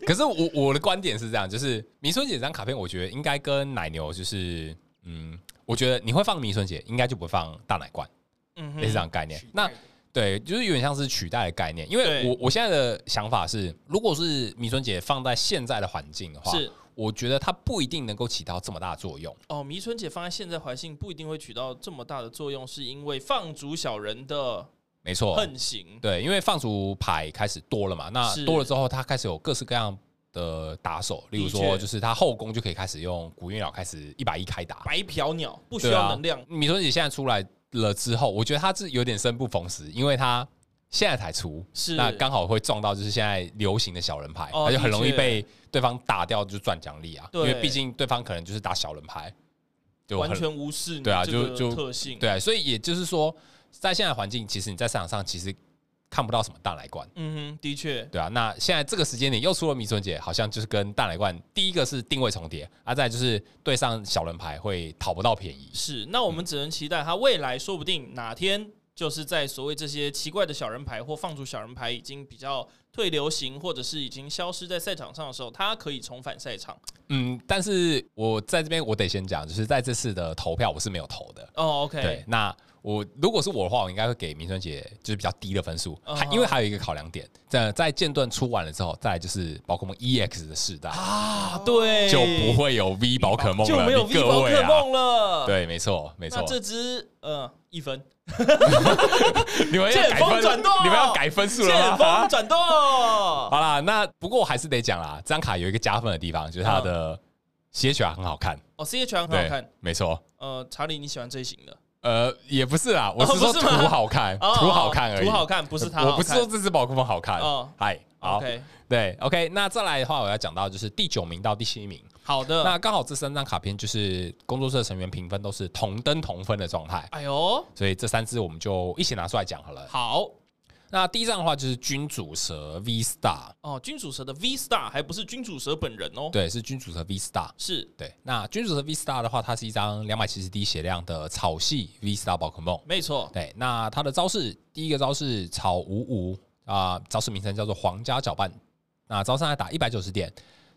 [SPEAKER 2] 可是我我的观点是这样，就是迷春姐这张卡片，我觉得应该跟奶牛就是，嗯，我觉得你会放迷春姐，应该就不会放大奶罐，
[SPEAKER 1] 嗯
[SPEAKER 2] 类似这样的概念。那
[SPEAKER 3] 取代
[SPEAKER 2] 对，就是有点像是取代的概念，因为
[SPEAKER 1] 对
[SPEAKER 2] 我我现在的想法是，如果是迷春姐放在现在的环境的话，
[SPEAKER 1] 是
[SPEAKER 2] 我觉得它不一定能够起到这么大的作用。
[SPEAKER 1] 哦，迷春姐放在现在环境不一定会起到这么大的作用，是因为放逐小人的
[SPEAKER 2] 没错，
[SPEAKER 1] 横行。
[SPEAKER 2] 对，因为放逐牌开始多了嘛，那
[SPEAKER 1] 是
[SPEAKER 2] 多了之后，它开始有各式各样的打手，例如
[SPEAKER 1] 的确
[SPEAKER 2] 说，就是它后宫就可以开始用古月鸟开始一百一开打，
[SPEAKER 1] 白嫖鸟不需
[SPEAKER 2] 对
[SPEAKER 1] 要
[SPEAKER 2] 啊
[SPEAKER 1] 能量，
[SPEAKER 2] 米春姐现在出来了之后，我觉得她是有点生不逢时，因为她现在才出，
[SPEAKER 1] 是
[SPEAKER 2] 啊那刚好会撞到就是现在流行的小人牌，
[SPEAKER 1] 哦
[SPEAKER 2] 她就很容易
[SPEAKER 1] 的确
[SPEAKER 2] 被对方打掉，就赚奖励啊，因
[SPEAKER 1] 对
[SPEAKER 2] 为毕竟对方可能就是打小人牌，就
[SPEAKER 1] 完
[SPEAKER 2] 很
[SPEAKER 1] 全无视你
[SPEAKER 2] 对啊
[SPEAKER 1] 这
[SPEAKER 2] 就
[SPEAKER 1] 个
[SPEAKER 2] 就
[SPEAKER 1] 特性。
[SPEAKER 2] 对，啊所以也就是说，在现在的环境，其实你在市场上其实看不到什么大奶罐。
[SPEAKER 1] 嗯哼，的确，
[SPEAKER 2] 对啊，那现在这个时间点又出了迷春姐，好像就是跟大奶罐第一个是定位重叠，啊，再来就是对上小人牌会讨不到便宜。
[SPEAKER 1] 是，那我们只能期待他未来，说不定哪天就是在所谓这些奇怪的小人牌或放逐小人牌已经比较退流行，或者是已经消失在赛场上的时候，他可以重返赛场。
[SPEAKER 2] 嗯，但是我在这边我得先讲，就是在这次的投票我是没有投的。
[SPEAKER 1] 哦
[SPEAKER 2] 对
[SPEAKER 1] ，OK，，
[SPEAKER 2] 那我如果是我的话，我应该会给明春姐就是比较低的分数，
[SPEAKER 1] 嗯
[SPEAKER 2] 还因为还有一个考量点，在在剑盾出完了之后，再来就是宝可梦 EX 的世代、
[SPEAKER 1] 啊，对，
[SPEAKER 2] 就不会有 V 宝可梦
[SPEAKER 1] 就
[SPEAKER 2] 了，
[SPEAKER 1] 没有
[SPEAKER 2] 你
[SPEAKER 1] V
[SPEAKER 2] 各
[SPEAKER 1] 宝
[SPEAKER 2] 位
[SPEAKER 1] 可
[SPEAKER 2] 啊，
[SPEAKER 1] 梦了。，
[SPEAKER 2] 对，没错，没
[SPEAKER 1] 那
[SPEAKER 2] 错，
[SPEAKER 1] 这只呃一分，
[SPEAKER 2] 你们要
[SPEAKER 1] 剑
[SPEAKER 2] 改
[SPEAKER 1] 锋
[SPEAKER 2] 分
[SPEAKER 1] 转舵
[SPEAKER 2] 你们要改分数了
[SPEAKER 1] 剑
[SPEAKER 2] 吗？啊
[SPEAKER 1] 锋转舵。
[SPEAKER 2] 好啦，那不过我还是得讲啦，这张卡有一个加分的地方，就是它的写起来很好看，
[SPEAKER 1] 哦，C H 嗯很好
[SPEAKER 2] 对，
[SPEAKER 1] 看。
[SPEAKER 2] 没错。
[SPEAKER 1] 呃，查理，你喜欢这一型的？
[SPEAKER 2] 呃，也不是啦，我是
[SPEAKER 1] 哦
[SPEAKER 2] 说
[SPEAKER 1] 不
[SPEAKER 2] 图
[SPEAKER 1] 是吗
[SPEAKER 2] 好看，
[SPEAKER 1] 哦
[SPEAKER 2] 图好看而已，
[SPEAKER 1] 图好看，不是他。
[SPEAKER 2] 我不是说这只宝可梦好看
[SPEAKER 1] 哦。
[SPEAKER 2] 嗨，好，
[SPEAKER 1] OK，
[SPEAKER 2] 对，OK。那再来的话，我要讲到就是第九名到第七名，
[SPEAKER 1] 好的。
[SPEAKER 2] 那刚好这三张卡片就是工作室的成员评分都是同登同分的状态，
[SPEAKER 1] 哎呦，
[SPEAKER 2] 所以这三只我们就一起拿出来讲好了。
[SPEAKER 1] 好
[SPEAKER 2] 那第一张的话就是君主蛇 V Star，
[SPEAKER 1] 哦，君主蛇的 V Star 还不是君主蛇本人哦。
[SPEAKER 2] 对，是君主蛇 V Star。
[SPEAKER 1] 是
[SPEAKER 2] 对，那君主蛇 V Star 的话，它是一张两百七十滴血量的草系 V Star 宝可梦。
[SPEAKER 1] 没错，
[SPEAKER 2] 对，那它的招式第一个招式草五五啊，招式名称叫做皇家搅拌。那招上来打一百九十点，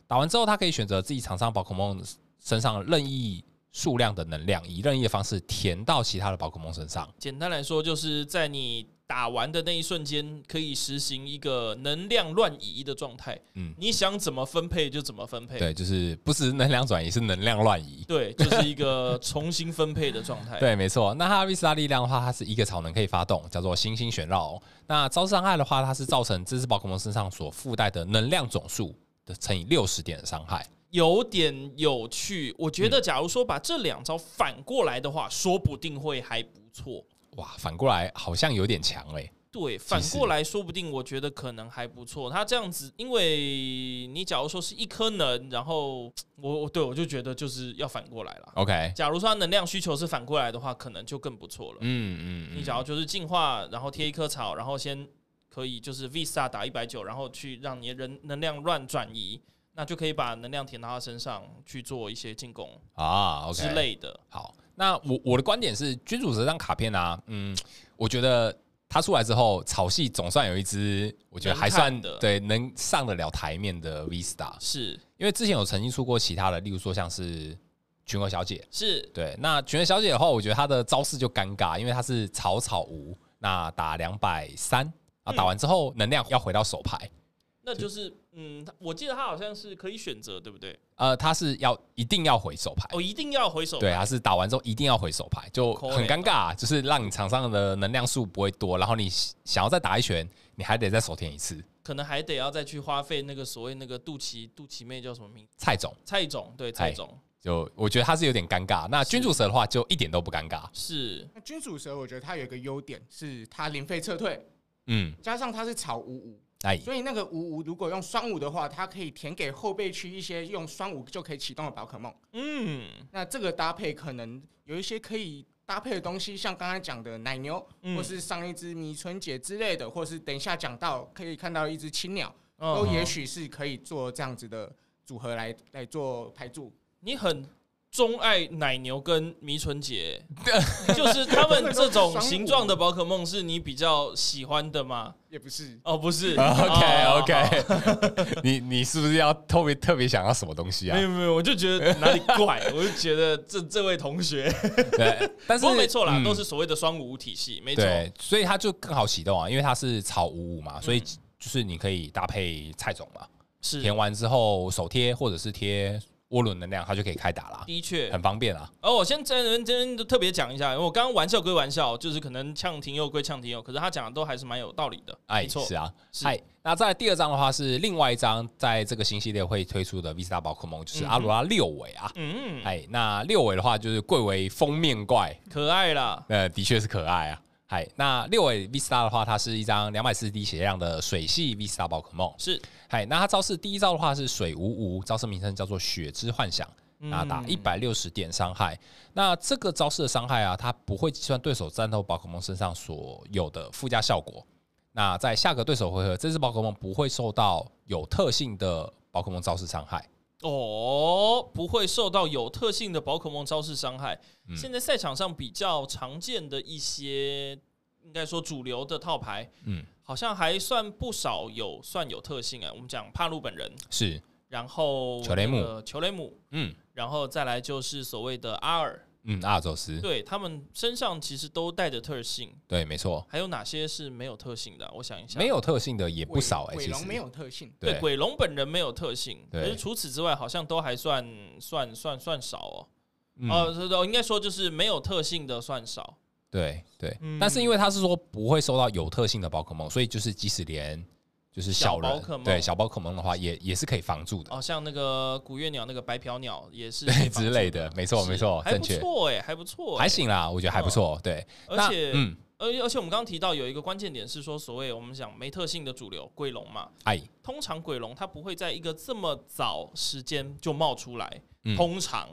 [SPEAKER 2] 打完之后，它可以选择自己场上宝可梦身上任意数量的能量，以任意的方式填到其他的宝可梦身上。
[SPEAKER 1] 简单来说，就是在你打完的那一瞬间，可以实行一个能量乱移的状态。嗯
[SPEAKER 2] 嗯，
[SPEAKER 1] 你想怎么分配就怎么分配。
[SPEAKER 2] 对，就是不是能量转移，是能量乱移。
[SPEAKER 1] 对，就是一个重新分配的状态。，
[SPEAKER 2] 对，没错。那它的 V 斯拉力量的话，它是一个草能可以发动，叫做星星旋绕。那招式伤害的话，它是造成这只宝可梦身上所附带的能量总数的乘以六十点的伤害。
[SPEAKER 1] 有点有趣。我觉
[SPEAKER 2] 嗯
[SPEAKER 1] 得，假如说把这两招反过来的话，说不定会还不错。
[SPEAKER 2] 哇，反过来好像有点强嘞、欸
[SPEAKER 1] 对，反
[SPEAKER 2] 其实
[SPEAKER 1] 过来说不定，我觉得可能还不错。他这样子，因为你假如说是一颗能，然后我我对我就觉得就是要反过来了。
[SPEAKER 2] OK，
[SPEAKER 1] 假如说它能量需求是反过来的话，可能就更不错了。
[SPEAKER 2] 嗯嗯，嗯
[SPEAKER 1] 你想要就是进化，然后贴一棵草，然后先可以就是 Visa 打一百九，然后去让你的人能量乱转移，那就可以把能量填到他身上去做一些进攻
[SPEAKER 2] 啊，OK
[SPEAKER 1] 之类的。
[SPEAKER 2] 好，那我我的观点是，君主这张卡片啊，嗯，我觉得它出来之后，草系总算有一支，我觉得还算
[SPEAKER 1] 能看的
[SPEAKER 2] 对能上得了台面的 V Star，
[SPEAKER 1] 是
[SPEAKER 2] 因为之前有曾经出过其他的，例如说像是群娥小姐，
[SPEAKER 1] 是，
[SPEAKER 2] 对，那群娥小姐的话，我觉得她的招式就尴尬，因为她是草草无，那打两百三啊，
[SPEAKER 1] 嗯
[SPEAKER 2] 打完之后能量要回到手牌，
[SPEAKER 1] 那就是嗯，我记得他好像是可以选择，对不对？
[SPEAKER 2] 呃，她是要一定要回手牌。
[SPEAKER 1] 哦，一定要回手。
[SPEAKER 2] 对，他是打完之后一定要回手牌，就很
[SPEAKER 1] 啊
[SPEAKER 2] 尴尬、啊就是让你场上的能量数不会多，然后你想要再打一拳，你还得再手填一次。
[SPEAKER 1] 可能还得要再去花费那个所谓那个肚脐肚脐妹叫什么名？
[SPEAKER 2] 蔡总
[SPEAKER 1] 蔡总，对，
[SPEAKER 2] 哎
[SPEAKER 1] 蔡总
[SPEAKER 2] 就我觉得他是有点尴尬，那君主蛇的话就一点都不尴尬，
[SPEAKER 1] 是
[SPEAKER 3] 那君主蛇我觉得它有一个优点是它零费撤退，
[SPEAKER 2] 嗯，
[SPEAKER 3] 加上它是草五五，
[SPEAKER 2] 哎，
[SPEAKER 3] 所以那个五五如果用双五的话，它可以填给后备区一些用双五就可以启动的宝可梦。
[SPEAKER 1] 嗯
[SPEAKER 3] 那这个搭配可能有一些可以搭配的东西，像刚才讲的奶牛，
[SPEAKER 1] 嗯
[SPEAKER 3] 或是上一只迷春姐之类的，或是等一下讲到可以看到一只青鸟，
[SPEAKER 1] 嗯
[SPEAKER 3] 都也许是可以做这样子的组合来来做排注。
[SPEAKER 1] 你很钟爱奶牛跟迷春姐，就是他们这种形状的宝可梦是你比较喜欢的吗？
[SPEAKER 3] 也不是，
[SPEAKER 1] 哦，不是
[SPEAKER 2] 啊 OK
[SPEAKER 1] 哦
[SPEAKER 2] OK，你 你是不是要特别特别想要什么东西啊
[SPEAKER 1] 没？有没有，我就觉得哪里怪，我就觉得这这位同学，
[SPEAKER 2] 对， 但
[SPEAKER 1] 不
[SPEAKER 2] 是
[SPEAKER 1] 过没错啦，
[SPEAKER 2] 嗯
[SPEAKER 1] 都是所谓的双五体系，没错，嗯
[SPEAKER 2] 对，所以他就更好启动啊，因为他是草五五嘛，所以就是你可以搭配蔡总嘛，
[SPEAKER 1] 是
[SPEAKER 2] 填完之后手贴或者是贴涡轮能量，它就可以开打啦，
[SPEAKER 1] 的确
[SPEAKER 2] 很方便啊。
[SPEAKER 1] 哦，我先在人真的特别讲一下，因为我刚刚玩笑归玩笑，就是可能呛停佑归呛停佑，可是他讲的都还是蛮有道理的，
[SPEAKER 2] 哎，
[SPEAKER 1] 没错
[SPEAKER 2] 是，啊，
[SPEAKER 1] 是
[SPEAKER 2] 哎，那在第二张的话是另外一张，在这个新系列会推出的 Vista 宝可梦，就是阿罗拉六尾啊。
[SPEAKER 1] 嗯，
[SPEAKER 2] 哎，那六尾的话就是贵为封面怪，
[SPEAKER 1] 可爱啦，
[SPEAKER 2] 呃，的确是可爱啊。哎，那六尾 Vista 的话，它是一张两百四十滴血量的水系 Vista 宝可梦。
[SPEAKER 1] 是
[SPEAKER 2] 哎，那它招式第一招的话是水无无，招式名称叫做血之幻想。
[SPEAKER 1] 嗯
[SPEAKER 2] 那打一百六十点伤害，那这个招式的伤害啊，它不会计算对手战斗宝可梦身上所有的附加效果。那在下个对手回合，这只宝可梦不会受到有特性的宝可梦招式伤害。
[SPEAKER 1] 哦，不会受到有特性的宝可梦招式伤害。
[SPEAKER 2] 嗯
[SPEAKER 1] 现在赛场上比较常见的一些，应该说主流的套牌，
[SPEAKER 2] 嗯，
[SPEAKER 1] 好像还算不少有算有特性啊。我们讲帕路本人，
[SPEAKER 2] 是，
[SPEAKER 1] 然后
[SPEAKER 2] 球雷姆
[SPEAKER 1] 那个球雷姆，
[SPEAKER 2] 嗯
[SPEAKER 1] 然后再来就是所谓的阿尔，
[SPEAKER 2] 嗯，阿尔宙斯，
[SPEAKER 1] 对他们身上其实都带着特性。
[SPEAKER 2] 对，没错，
[SPEAKER 1] 还有哪些是没有特性的啊、我想一下，
[SPEAKER 2] 没有特性的也不少哎、
[SPEAKER 3] 尾
[SPEAKER 2] 其实
[SPEAKER 3] 龙没有特性，
[SPEAKER 1] 对
[SPEAKER 2] 对，
[SPEAKER 1] 鬼龙本人没有特性，可
[SPEAKER 2] 对
[SPEAKER 1] 是除此之外好像都还算算算算少哦。
[SPEAKER 2] 嗯
[SPEAKER 1] 哦，是的，应该说就是没有特性的算少。
[SPEAKER 2] 对对
[SPEAKER 1] 嗯，
[SPEAKER 2] 但是因为它是说不会收到有特性的宝可梦，所以就是即使连就是小
[SPEAKER 1] 小
[SPEAKER 2] 人
[SPEAKER 1] 宝可梦
[SPEAKER 2] 对小宝可梦的话，也也是可以防住的。
[SPEAKER 1] 哦，像那个古月鸟那个白嫖鸟也是
[SPEAKER 2] 对
[SPEAKER 1] 被绑
[SPEAKER 2] 之
[SPEAKER 1] 住
[SPEAKER 2] 类的，没错
[SPEAKER 1] 是
[SPEAKER 2] 没错，
[SPEAKER 1] 还
[SPEAKER 2] 正
[SPEAKER 1] 不
[SPEAKER 2] 确，
[SPEAKER 1] 错哎，还不错欸，
[SPEAKER 2] 还行啦，我觉得还不错。对，
[SPEAKER 1] 而
[SPEAKER 2] 那
[SPEAKER 1] 且。
[SPEAKER 2] 嗯，
[SPEAKER 1] 而而且我们刚刚提到有一个关键点是说，所谓我们讲没特性的主流鬼龙嘛，
[SPEAKER 2] 哎，
[SPEAKER 1] 通常鬼龙它不会在一个这么早时间就冒出来，
[SPEAKER 2] 嗯
[SPEAKER 1] 通常，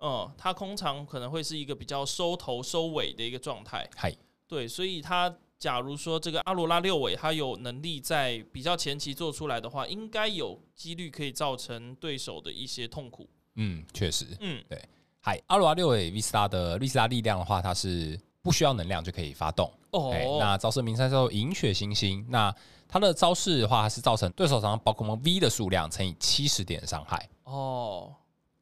[SPEAKER 1] 嗯，它通常可能会是一个比较收头收尾的一个状态，
[SPEAKER 2] 嗨，
[SPEAKER 1] 对，所以它假如说这个阿罗拉六尾它有能力在比较前期做出来的话，应该有几率可以造成对手的一些痛苦，
[SPEAKER 2] 嗯，确实，
[SPEAKER 1] 嗯，
[SPEAKER 2] 嗨，阿罗拉六尾 V Star 的 V Star 力量的话，它是不需要能量就可以发动。哎，
[SPEAKER 1] 哦，
[SPEAKER 2] 那招式名称叫做银血星星。那它的招式的话，它是造成对手场上宝可梦 V 的数量乘以七十点的伤害。
[SPEAKER 1] 哦，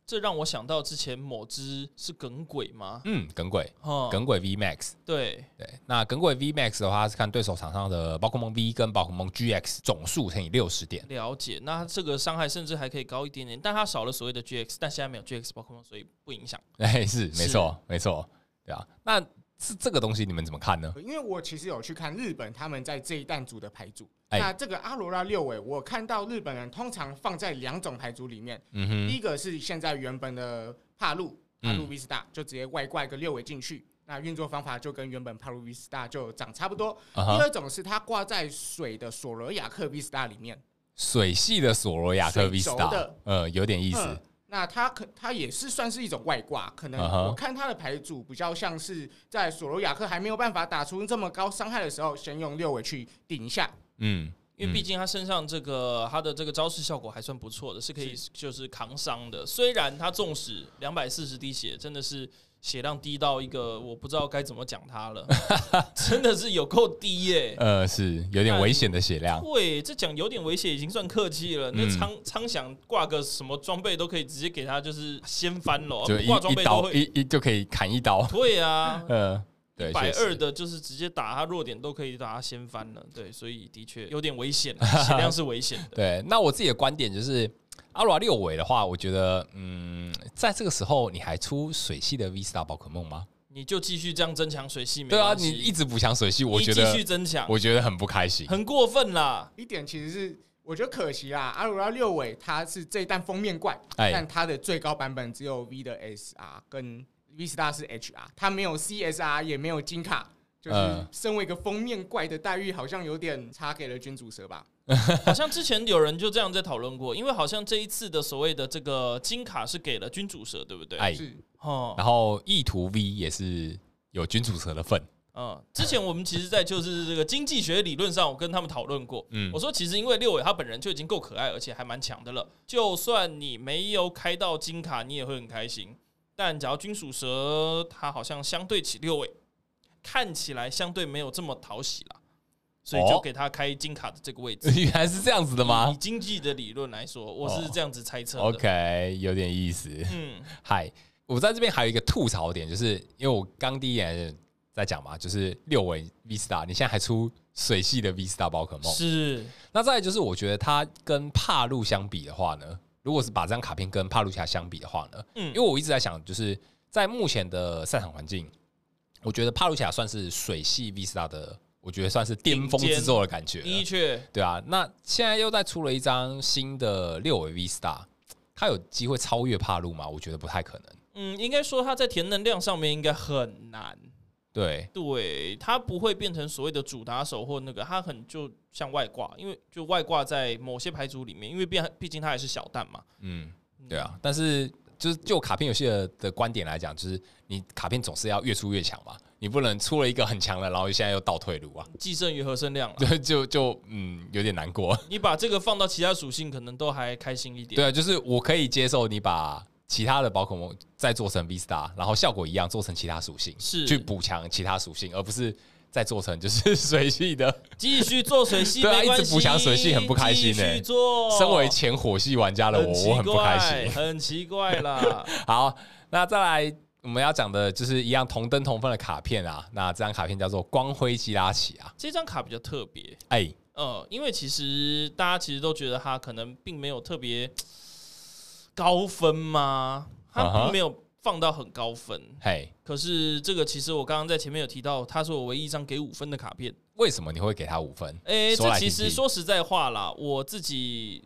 [SPEAKER 1] 这让我想到之前某只是耿鬼吗？
[SPEAKER 2] 嗯，耿鬼，
[SPEAKER 1] 哦，
[SPEAKER 2] 耿鬼 V Max。
[SPEAKER 1] 对，
[SPEAKER 2] 对，那耿鬼 V Max 的话，它是看对手场上的宝可梦 V 跟宝可梦 GX 总数乘以六十点。
[SPEAKER 1] 了解。那它这个伤害甚至还可以高一点点，但它少了所谓的 GX，但现在没有 GX 宝可梦，所以不影响。
[SPEAKER 2] 哎，是没
[SPEAKER 1] 是
[SPEAKER 2] 错，没错，对啊。那这这个东西你们怎么看呢？
[SPEAKER 3] 因为我其实有去看日本他们在这一弹组的牌组。
[SPEAKER 2] 哎
[SPEAKER 3] 那这个阿罗拉六尾，我看到日本人通常放在两种牌组里面，
[SPEAKER 2] 嗯
[SPEAKER 3] 第
[SPEAKER 2] 哼，
[SPEAKER 3] 一个是现在原本的帕路，帕路 Vista 就直接外挂一个六尾进去。那运作方法就跟原本帕鲁 Vista 就长差不多。
[SPEAKER 2] 啊
[SPEAKER 3] 第
[SPEAKER 2] 哈，
[SPEAKER 3] 二种是它挂在水的索罗亚克 Vista 里面，
[SPEAKER 2] 水系的索罗亚克
[SPEAKER 3] 水轴
[SPEAKER 2] Vista，
[SPEAKER 3] 的
[SPEAKER 2] 呃，有点意思
[SPEAKER 3] 嗯。那它可它也是算是一种外挂，可能
[SPEAKER 2] 啊哈
[SPEAKER 3] 我看它的牌组比较像是在索罗亚克还没有办法打出这么高伤害的时候，先用六尾去顶一下。
[SPEAKER 2] 嗯，
[SPEAKER 1] 因为毕
[SPEAKER 2] 嗯
[SPEAKER 1] 竟他身上这个他的这个招式效果还算不错的，是可以就是扛伤的。虽然他纵使两百四十滴血，真的是血量低到一个我不知道该怎么讲他 了，真的是有够低耶、
[SPEAKER 2] 呃是有点危险的血量。
[SPEAKER 1] 对，这讲有点危险，已经算客气了。那
[SPEAKER 2] 嗯
[SPEAKER 1] 苍苍想挂个什么装备都可以直接给他，就是掀翻了，
[SPEAKER 2] 就
[SPEAKER 1] 不
[SPEAKER 2] 一
[SPEAKER 1] 挂装备
[SPEAKER 2] 一
[SPEAKER 1] 都
[SPEAKER 2] 刀一
[SPEAKER 1] 会。
[SPEAKER 2] 一就可以砍一刀，
[SPEAKER 1] 对啊，
[SPEAKER 2] 呃，对，
[SPEAKER 1] 百
[SPEAKER 2] 确实
[SPEAKER 1] 二的就是直接打他弱点都可以打他掀翻了。对，所以的确有点危险啊， 血量是危险的。
[SPEAKER 2] 对，那我自己的观点就是，阿罗六尾的话，我觉得，嗯，在这个时候你还出水系的 V Star 宝可梦吗？
[SPEAKER 1] 你就继续这样增强水系，没
[SPEAKER 2] 对啊，
[SPEAKER 1] 关
[SPEAKER 2] 你
[SPEAKER 1] 系
[SPEAKER 2] 一直补强水系，我
[SPEAKER 1] 你
[SPEAKER 2] 觉
[SPEAKER 1] 继续
[SPEAKER 2] 得
[SPEAKER 1] 增强，
[SPEAKER 2] 我觉得很不开心。
[SPEAKER 1] 很过分啦。
[SPEAKER 3] 一点其实是我觉得可惜啦，阿鲁拉六尾它是这一弹封面怪，
[SPEAKER 2] 哎
[SPEAKER 3] 但它的最高版本只有 V 的 SR 跟 V Star 是 HR，它没有 CSR 也没有金卡。就是
[SPEAKER 2] 嗯
[SPEAKER 3] 身为一个封面怪的待遇，好像有点差给了君主蛇吧？
[SPEAKER 1] 好像之前有人就这样在讨论过，因为好像这一次的所谓的这个金卡是给了君主蛇，对不对？
[SPEAKER 2] 哎，
[SPEAKER 3] 是
[SPEAKER 1] 哦，
[SPEAKER 2] 然后意图 V 也是有君主蛇的份，
[SPEAKER 1] 嗯，之前我们其实，在就是这个经济学理论上，我跟他们讨论过。
[SPEAKER 2] 嗯
[SPEAKER 1] 我，说，其实因为六尾他本人就已经够可爱，而且还蛮强的了。就算你没有开到金卡，你也会很开心。但只要君属蛇，它好像相对起六尾，看起来相对没有这么讨喜啦，所以就
[SPEAKER 2] 哦
[SPEAKER 1] 给他开金卡的这个位置。
[SPEAKER 2] 原来是这样子的
[SPEAKER 1] 以
[SPEAKER 2] 哦 吗
[SPEAKER 1] 经济的理论来说，我是这样子猜测的。
[SPEAKER 2] ？OK，有点意思。
[SPEAKER 1] 嗯，
[SPEAKER 2] 嗨，我在这边还有一个吐槽点，就是因为我刚第一眼在讲嘛，就是六维 V Star，你现在还出水系的 V Star 宝可梦，
[SPEAKER 1] 是
[SPEAKER 2] 那再来就是，我觉得它跟帕路相比的话呢，如果是把这张卡片跟帕路卡相比的话呢，
[SPEAKER 1] 嗯
[SPEAKER 2] 因为我一直在想，就是在目前的赛场环境，我觉得帕路卡算是水系 V Star 的，我觉得算是巅峰之作的感觉了。
[SPEAKER 1] 的确，
[SPEAKER 2] 对啊，那现在又再出了一张新的六维 V Star，它有机会超越帕路吗？我觉得不太可能。
[SPEAKER 1] 嗯，应该说它在填能量上面应该很难。
[SPEAKER 2] 对，
[SPEAKER 1] 对，它不会变成所谓的主打手或那个，它很就像外挂，因为就外挂在某些牌组里面，因为毕毕竟它还是小蛋嘛。
[SPEAKER 2] 嗯，对啊，但是就是就卡片游戏的的观点来讲，就是你卡片总是要越出越强嘛，你不能出了一个很强的，然后现在又倒退路啊，
[SPEAKER 1] 既胜于和胜量了，
[SPEAKER 2] 对，就就嗯有点难过。
[SPEAKER 1] 你把这个放到其他属性，可能都还开心一点。
[SPEAKER 2] 对啊，就是我可以接受你把其他的宝可梦再做成 V Star，然后效果一样做成其他属性，
[SPEAKER 1] 是
[SPEAKER 2] 去补强其他属性，而不是。再做成就是 水系的，
[SPEAKER 1] 继续做水系，
[SPEAKER 2] 对啊
[SPEAKER 1] 没关系
[SPEAKER 2] 一直补强水系很不开心
[SPEAKER 1] 继
[SPEAKER 2] 欸
[SPEAKER 1] 续做，
[SPEAKER 2] 身为前火系玩家的我，
[SPEAKER 1] 哦很奇
[SPEAKER 2] 我很不开心
[SPEAKER 1] 怪，。很奇怪 啦。
[SPEAKER 2] 好，那再来我们要讲的就是一样同登同分的卡片啊。那这张卡片叫做光辉基拉奇啊。
[SPEAKER 1] 这张卡比较特别，
[SPEAKER 2] 哎、
[SPEAKER 1] 呃，因为其实大家其实都觉得他可能并没有特别高分嘛，
[SPEAKER 2] 啊
[SPEAKER 1] 他
[SPEAKER 2] 哈
[SPEAKER 1] 并没有放到很高分。
[SPEAKER 2] 嘿，
[SPEAKER 1] 可是这个其实我刚刚在前面有提到，它是我唯一一张给五分的卡片。
[SPEAKER 2] 为什么你会给他五分？
[SPEAKER 1] 诶，
[SPEAKER 2] 说
[SPEAKER 1] 这
[SPEAKER 2] 来
[SPEAKER 1] 其
[SPEAKER 2] 听
[SPEAKER 1] 实
[SPEAKER 2] 听
[SPEAKER 1] 说实在话啦，我自己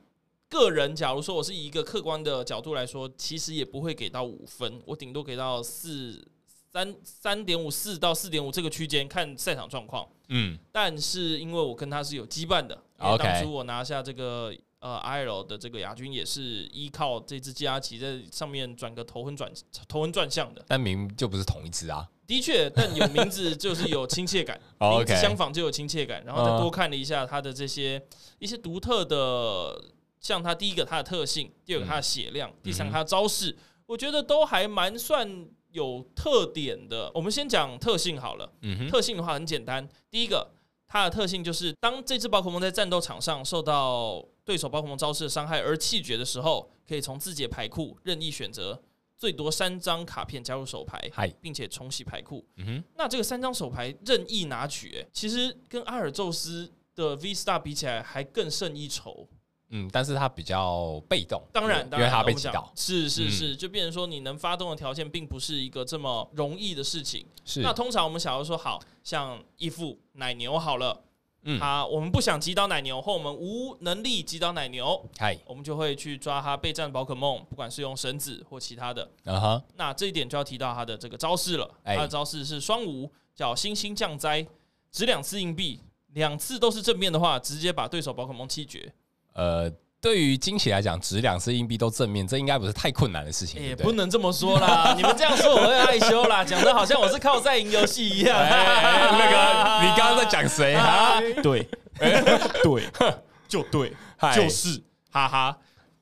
[SPEAKER 1] 个人，假如说我是以一个客观的角度来说，其实也不会给到五分，我顶多给到四三三点五四到四点五这个区间，看赛场状况。
[SPEAKER 2] 嗯，
[SPEAKER 1] 但是因为我跟他是有羁绊的，因为
[SPEAKER 2] OK
[SPEAKER 1] 当初我拿下这个呃 IL 的这个亚军，也是依靠这只基拉奇在上面转个头昏转头昏转向的。
[SPEAKER 2] 但明明就不是同一只啊。
[SPEAKER 1] 的确，但有名字就是有亲切感，
[SPEAKER 2] 哦
[SPEAKER 1] 名字
[SPEAKER 2] OK 嗯
[SPEAKER 1] 相仿就有亲切感。然后再多看了一下他的这些一些独特的，像他第一个他的特性，第二
[SPEAKER 2] 嗯
[SPEAKER 1] 个他的血量，第三个他的招式，我觉得都还蛮算有特点的。我们先讲特性好了。
[SPEAKER 2] 嗯哼，
[SPEAKER 1] 特性的话很简单，第一个，它的特性就是当这只宝可梦在战斗场上受到对手宝可梦招式的伤害而气绝的时候，可以从自己的牌库任意选择最多三张卡片加入手牌，
[SPEAKER 2] 嗨，
[SPEAKER 1] 并且重洗牌库。
[SPEAKER 2] 嗯哼，
[SPEAKER 1] 那这个三张手牌任意拿取、欸，其实跟阿尔宙斯的 V Star 比起来还更胜一筹。
[SPEAKER 2] 嗯，但是他比较被动，
[SPEAKER 1] 当然，
[SPEAKER 2] 因
[SPEAKER 1] 当
[SPEAKER 2] 为
[SPEAKER 1] 然
[SPEAKER 2] 他
[SPEAKER 1] 我
[SPEAKER 2] 被
[SPEAKER 1] 们
[SPEAKER 2] 击
[SPEAKER 1] 讲
[SPEAKER 2] 倒，
[SPEAKER 1] 是是
[SPEAKER 2] 嗯
[SPEAKER 1] 是，就变成说你能发动的条件并不是一个这么容易的事情。
[SPEAKER 2] 是
[SPEAKER 1] 那通常我们想要说，好像义父奶牛好了，
[SPEAKER 2] 嗯
[SPEAKER 1] 他我们不想击倒奶牛，或我们无能力击倒奶牛，
[SPEAKER 2] 嗨，
[SPEAKER 1] 我们就会去抓它备战的宝可梦，不管是用绳子或其他的。
[SPEAKER 2] 啊哈，
[SPEAKER 1] 那这一点就要提到他的这个招式了。
[SPEAKER 2] 哎
[SPEAKER 1] 他的招式是双无，叫星星降灾，掷两次硬币，两次都是正面的话，直接把对手宝可梦气绝。
[SPEAKER 2] 呃，对于惊喜来讲，值两次硬币都正面，这应该不是太困难的事情，
[SPEAKER 1] 也、
[SPEAKER 2] 对
[SPEAKER 1] 不
[SPEAKER 2] 对？
[SPEAKER 1] 能这么说 啦，你们这样说我会害羞啦，讲的好像我是靠在赢游戏一样。
[SPEAKER 2] 哎 哎那个，你刚刚在讲 谁啊？
[SPEAKER 1] 对， 对， 就对，
[SPEAKER 2] 嗨
[SPEAKER 1] 是，哈哈。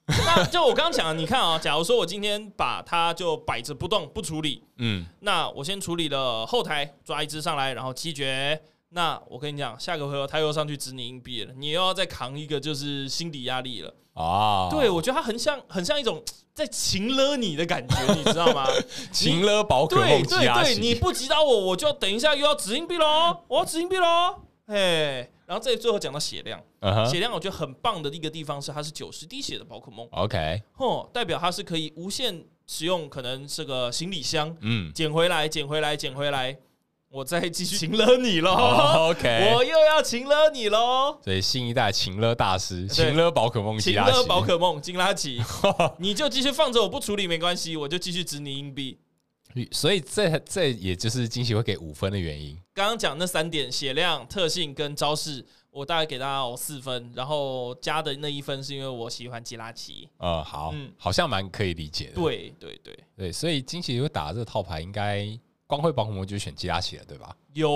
[SPEAKER 1] 那就我刚刚讲的，你看啊、假如说我今天把它就摆着不动不处理，
[SPEAKER 2] 嗯，
[SPEAKER 1] 那我先处理了后台抓一只上来，然后七绝。那我跟你讲，下个回合他又上去指你硬币了，你又要再扛一个就是心理压力了。
[SPEAKER 2] 哦，
[SPEAKER 1] 对，，我觉得他很像很像一种在擒了你的感 觉，你知道吗？
[SPEAKER 2] 情勒宝可
[SPEAKER 1] 对
[SPEAKER 2] 梦
[SPEAKER 1] 对
[SPEAKER 2] 鸡鸭
[SPEAKER 1] 对，
[SPEAKER 2] 喜，
[SPEAKER 1] 你不击倒我，我就要等一下又要指硬币喽，我要指硬币喽，哎。然后这里最后讲到血量，
[SPEAKER 2] 嗯哼
[SPEAKER 1] 血量我觉得很棒的一个地方是它是九十滴血的宝可梦，
[SPEAKER 2] ，OK，
[SPEAKER 1] 哦，代表它是可以无限使用，可能这个行李箱，
[SPEAKER 2] 嗯
[SPEAKER 1] 捡回来，捡回来，捡回来，我再继续擒了你喽，
[SPEAKER 2] 哦，OK，
[SPEAKER 1] 我又要擒了你喽，
[SPEAKER 2] 所以新一代情勒大师，
[SPEAKER 1] 对
[SPEAKER 2] 情勒宝可梦鸡
[SPEAKER 1] 擒
[SPEAKER 2] 鸭
[SPEAKER 1] 了
[SPEAKER 2] 喜，
[SPEAKER 1] 宝可梦金拉奇， 你就继续放着我不处理没关系，我就继续指你硬币。
[SPEAKER 2] 所以这这也就是惊喜会给五分的原因。
[SPEAKER 1] 刚刚讲那三点血量、特性跟招式，我大概给大家哦四分，然后加的那一分是因为我喜欢吉拉奇。
[SPEAKER 2] 呃，好，
[SPEAKER 1] 嗯
[SPEAKER 2] 好像蛮可以理解的。
[SPEAKER 1] 对对对，
[SPEAKER 2] 对，所以惊喜会打这个套牌，应该光会保护魔就选鸡鸭喜了，对吧？
[SPEAKER 1] 有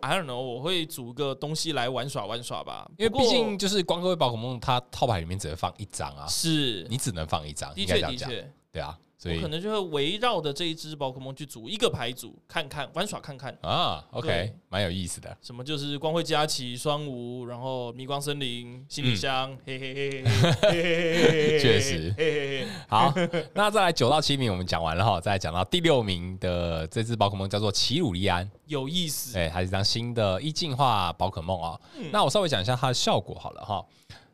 [SPEAKER 1] I don't know，我会组个东西来玩耍玩耍吧，
[SPEAKER 2] 因为
[SPEAKER 1] 不过
[SPEAKER 2] 毕竟就是光辉宝可梦，它套牌里面只能放一张啊，
[SPEAKER 1] 是
[SPEAKER 2] 你只能放一张，
[SPEAKER 1] 的
[SPEAKER 2] 应该
[SPEAKER 1] 确
[SPEAKER 2] 这样
[SPEAKER 1] 的
[SPEAKER 2] 讲，
[SPEAKER 1] 确。
[SPEAKER 2] 对啊，所
[SPEAKER 1] 我
[SPEAKER 2] 以
[SPEAKER 1] 可能就会围绕着这一只宝可梦去组一个牌组，看看玩耍看看。
[SPEAKER 2] 啊，OK，
[SPEAKER 1] 对
[SPEAKER 2] 蛮有意思的。
[SPEAKER 1] 什么就是光辉佳琪、双无，然后迷光森林、行李箱，嘿嘿嘿嘿嘿嘿嘿嘿嘿，
[SPEAKER 2] 确实
[SPEAKER 1] 嘿嘿嘿，
[SPEAKER 2] 好， 那再来九到七名我们讲完了哈，再来讲到第六名的这只宝可梦叫做奇鲁利安，哎
[SPEAKER 1] 有意思。
[SPEAKER 2] 对，它是一张新的一进化宝可梦哦。那我稍微讲一下它的效果好了哈。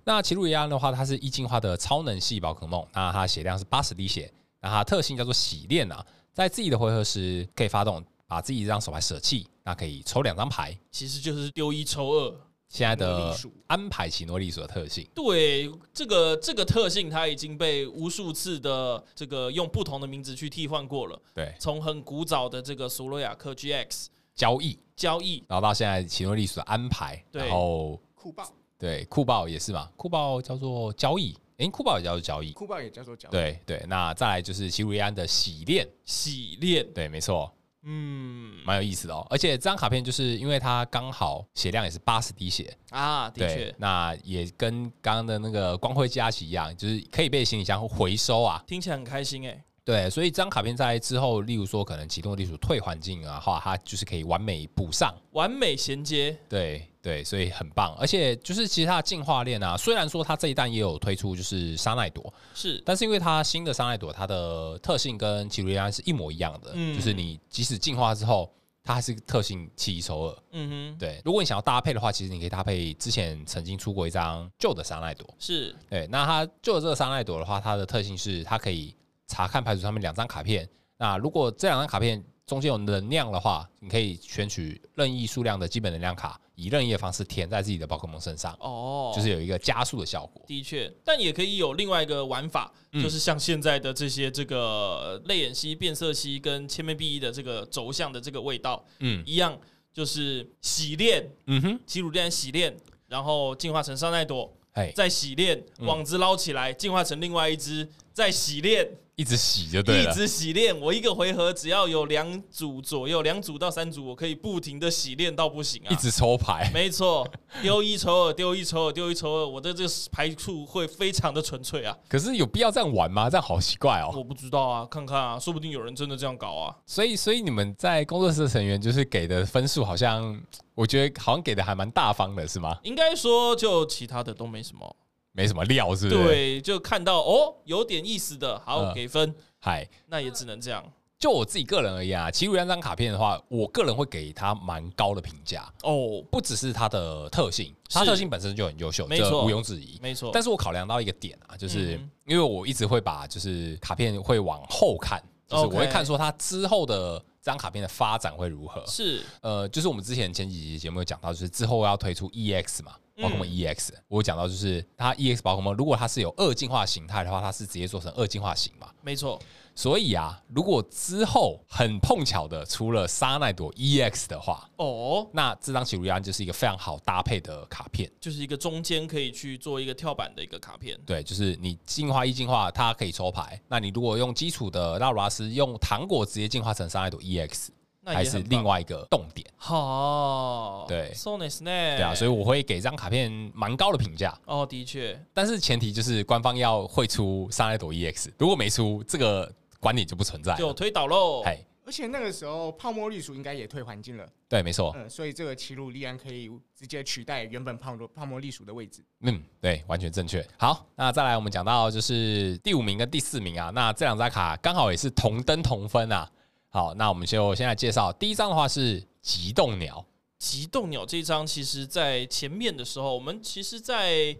[SPEAKER 2] 那奇鲁伊安的话，它是一进化的超能系宝可梦，那它血量是八十滴血，那它特性叫做洗练啊，在自己的回合时可以发动，把自己一张手牌舍弃，那可以抽两张牌。
[SPEAKER 1] 其实就是丢一抽二。
[SPEAKER 2] 现在
[SPEAKER 3] 诺
[SPEAKER 2] 的
[SPEAKER 3] 丽鼠
[SPEAKER 2] 安排奇诺利索的特性，
[SPEAKER 1] 对这个这个特性，它已经被无数次的这个用不同的名字去替换过了。
[SPEAKER 2] 对，
[SPEAKER 1] 从很古早的这个索罗亚克 GX
[SPEAKER 2] 交易，
[SPEAKER 1] 交易，
[SPEAKER 2] 然后到现在奇诺利索的安排，
[SPEAKER 1] 对
[SPEAKER 2] 然后
[SPEAKER 3] 酷爆，
[SPEAKER 2] 对酷豹也是嘛，酷豹叫做交易，诶，酷豹也叫做交易，
[SPEAKER 3] 酷爆也叫做角。
[SPEAKER 2] 对对，那再来就是奇鲁伊安的洗练，
[SPEAKER 1] 洗练，
[SPEAKER 2] 对，没错，
[SPEAKER 1] 嗯
[SPEAKER 2] 蛮有意思的哦。而且这张卡片就是因为它刚好血量也是八十滴血，
[SPEAKER 1] 啊，的确
[SPEAKER 2] 对，，那也跟刚刚的那个光辉加奇一样，就是可以被行李箱回收啊。
[SPEAKER 1] 听起来很开心哎、
[SPEAKER 2] 对，所以这张卡片在之后，例如说可能启动地鼠退环境啊，话它就是可以完美补上。
[SPEAKER 1] 完美衔接，
[SPEAKER 2] 对对，所以很棒。而且就是其实它的进化链啊，虽然说它这一弹也有推出就是沙奈朵，
[SPEAKER 1] 是
[SPEAKER 2] 但是因为它新的沙奈朵，它的特性跟奇瑞安是一模一样的，
[SPEAKER 1] 嗯
[SPEAKER 2] 就是你即使进化之后，它还是特性弃一收二。
[SPEAKER 1] 嗯哼，
[SPEAKER 2] 对，如果你想要搭配的话，其实你可以搭配之前曾经出过一张旧的沙奈朵。
[SPEAKER 1] 是
[SPEAKER 2] 对，那它旧的这个沙奈朵的话，它的特性是它可以查看牌组上面两张卡片。那如果这两张卡片中间有能量的话，你可以选取任意数量的基本能量卡，以任意的方式填在自己的宝可梦身上，
[SPEAKER 1] 哦，
[SPEAKER 2] 就是有一个加速的效果。
[SPEAKER 1] 的确，但也可以有另外一个玩法，
[SPEAKER 2] 嗯
[SPEAKER 1] 就是像现在的这些这个呃泪眼蜥、变色蜥跟千面 B 翼的这个轴向的这个味道
[SPEAKER 2] 嗯
[SPEAKER 1] 一样，就是洗练
[SPEAKER 2] 嗯哼，
[SPEAKER 1] 基乳链洗练，然后进化成上奈朵，
[SPEAKER 2] 哎，
[SPEAKER 1] 再洗练
[SPEAKER 2] 嗯
[SPEAKER 1] 网子捞起来，进化成另外一只，再洗练，
[SPEAKER 2] 一直洗就对
[SPEAKER 1] 一
[SPEAKER 2] 了。
[SPEAKER 1] 直洗练。我一个回合只要有两组左右，两组到三组，我可以不停的洗练到不行啊，
[SPEAKER 2] 一直抽牌，
[SPEAKER 1] 没错，丢一抽二，丢一抽二，丢一抽二，我的这个排处会非常的纯粹啊！
[SPEAKER 2] 可是有必要这样玩吗？这样好奇怪哦。
[SPEAKER 1] 我不知道啊，看看啊，说不定有人真的这样搞啊。
[SPEAKER 2] 所以，所以你们在工作室的成员就是给的分数，好像我觉得好像给的还蛮大方的，是吗？
[SPEAKER 1] 应该说，就其他的都没什么。
[SPEAKER 2] 没什么料，是不是？，
[SPEAKER 1] 对，就看到哦，有点意思的，好
[SPEAKER 2] 嗯
[SPEAKER 1] 给分，
[SPEAKER 2] 嗨，
[SPEAKER 1] 那也只能这样
[SPEAKER 2] 就我自己个人而言啊，其实那张卡片的话，我个人会给它蛮高的评价，
[SPEAKER 1] 哦。
[SPEAKER 2] 不只是它的特性，它
[SPEAKER 1] 是
[SPEAKER 2] 特性本身就很优秀，
[SPEAKER 1] 没
[SPEAKER 2] 这
[SPEAKER 1] 错
[SPEAKER 2] 毋庸置疑。
[SPEAKER 1] 没错，
[SPEAKER 2] 但是我考量到一个点啊，就是
[SPEAKER 1] 嗯
[SPEAKER 2] 因为我一直会把就是卡片会往后看，就是我
[SPEAKER 1] OK
[SPEAKER 2] 会看说它之后的张卡片的发展会如何。
[SPEAKER 1] 是
[SPEAKER 2] 呃，就是我们之前前几集节目有讲到，就是之后要推出 EX 嘛，
[SPEAKER 1] 嗯
[SPEAKER 2] 宝可梦 EX，、我有讲到就是它 EX 宝可梦，如果它是有二进化形态的话，它是直接做成二进化型嘛。
[SPEAKER 1] 没错，
[SPEAKER 2] 所以啊，如果之后很碰巧的出了沙奈朵 EX 的话，
[SPEAKER 1] 哦，
[SPEAKER 2] 那这张奇鲁利安就是一个非常好搭配的卡片。
[SPEAKER 1] 就是一个中间可以去做一个跳板的一个卡片，
[SPEAKER 2] 对，就是你进化一进化，它可以抽牌。那你如果用基础的拉鲁拉斯用糖果直接进化成沙奈朵 EX，
[SPEAKER 1] 那
[SPEAKER 2] 还
[SPEAKER 1] 也
[SPEAKER 2] 是
[SPEAKER 1] 很
[SPEAKER 2] 另外一个动点。
[SPEAKER 1] 好，
[SPEAKER 2] 对
[SPEAKER 1] ，so nice 呢，
[SPEAKER 2] 对啊，所以
[SPEAKER 1] 以
[SPEAKER 2] 我会给这张卡片蛮高的评价。
[SPEAKER 1] 哦，的确，
[SPEAKER 2] 但是前提就是官方要会出沙奈朵 EX，如果没出，这个观点就不存在了。
[SPEAKER 1] 就推倒喽，
[SPEAKER 2] 哎，
[SPEAKER 3] 而且那个时候泡沫绿鼠应该也退环境了，
[SPEAKER 2] 对，没错，
[SPEAKER 3] 嗯，所以这个奇鲁利安可以直接取代原本泡沫泡沫栗鼠的位置。
[SPEAKER 2] 嗯，对，完全正确。好，那再来我们讲到就是第五名跟第四名啊，那这两张卡刚好也是同登同分啊。好，那我们就先来介绍第一张的话是极冻鸟，
[SPEAKER 1] 极冻鸟这一张，其实在前面的时候，我们其实在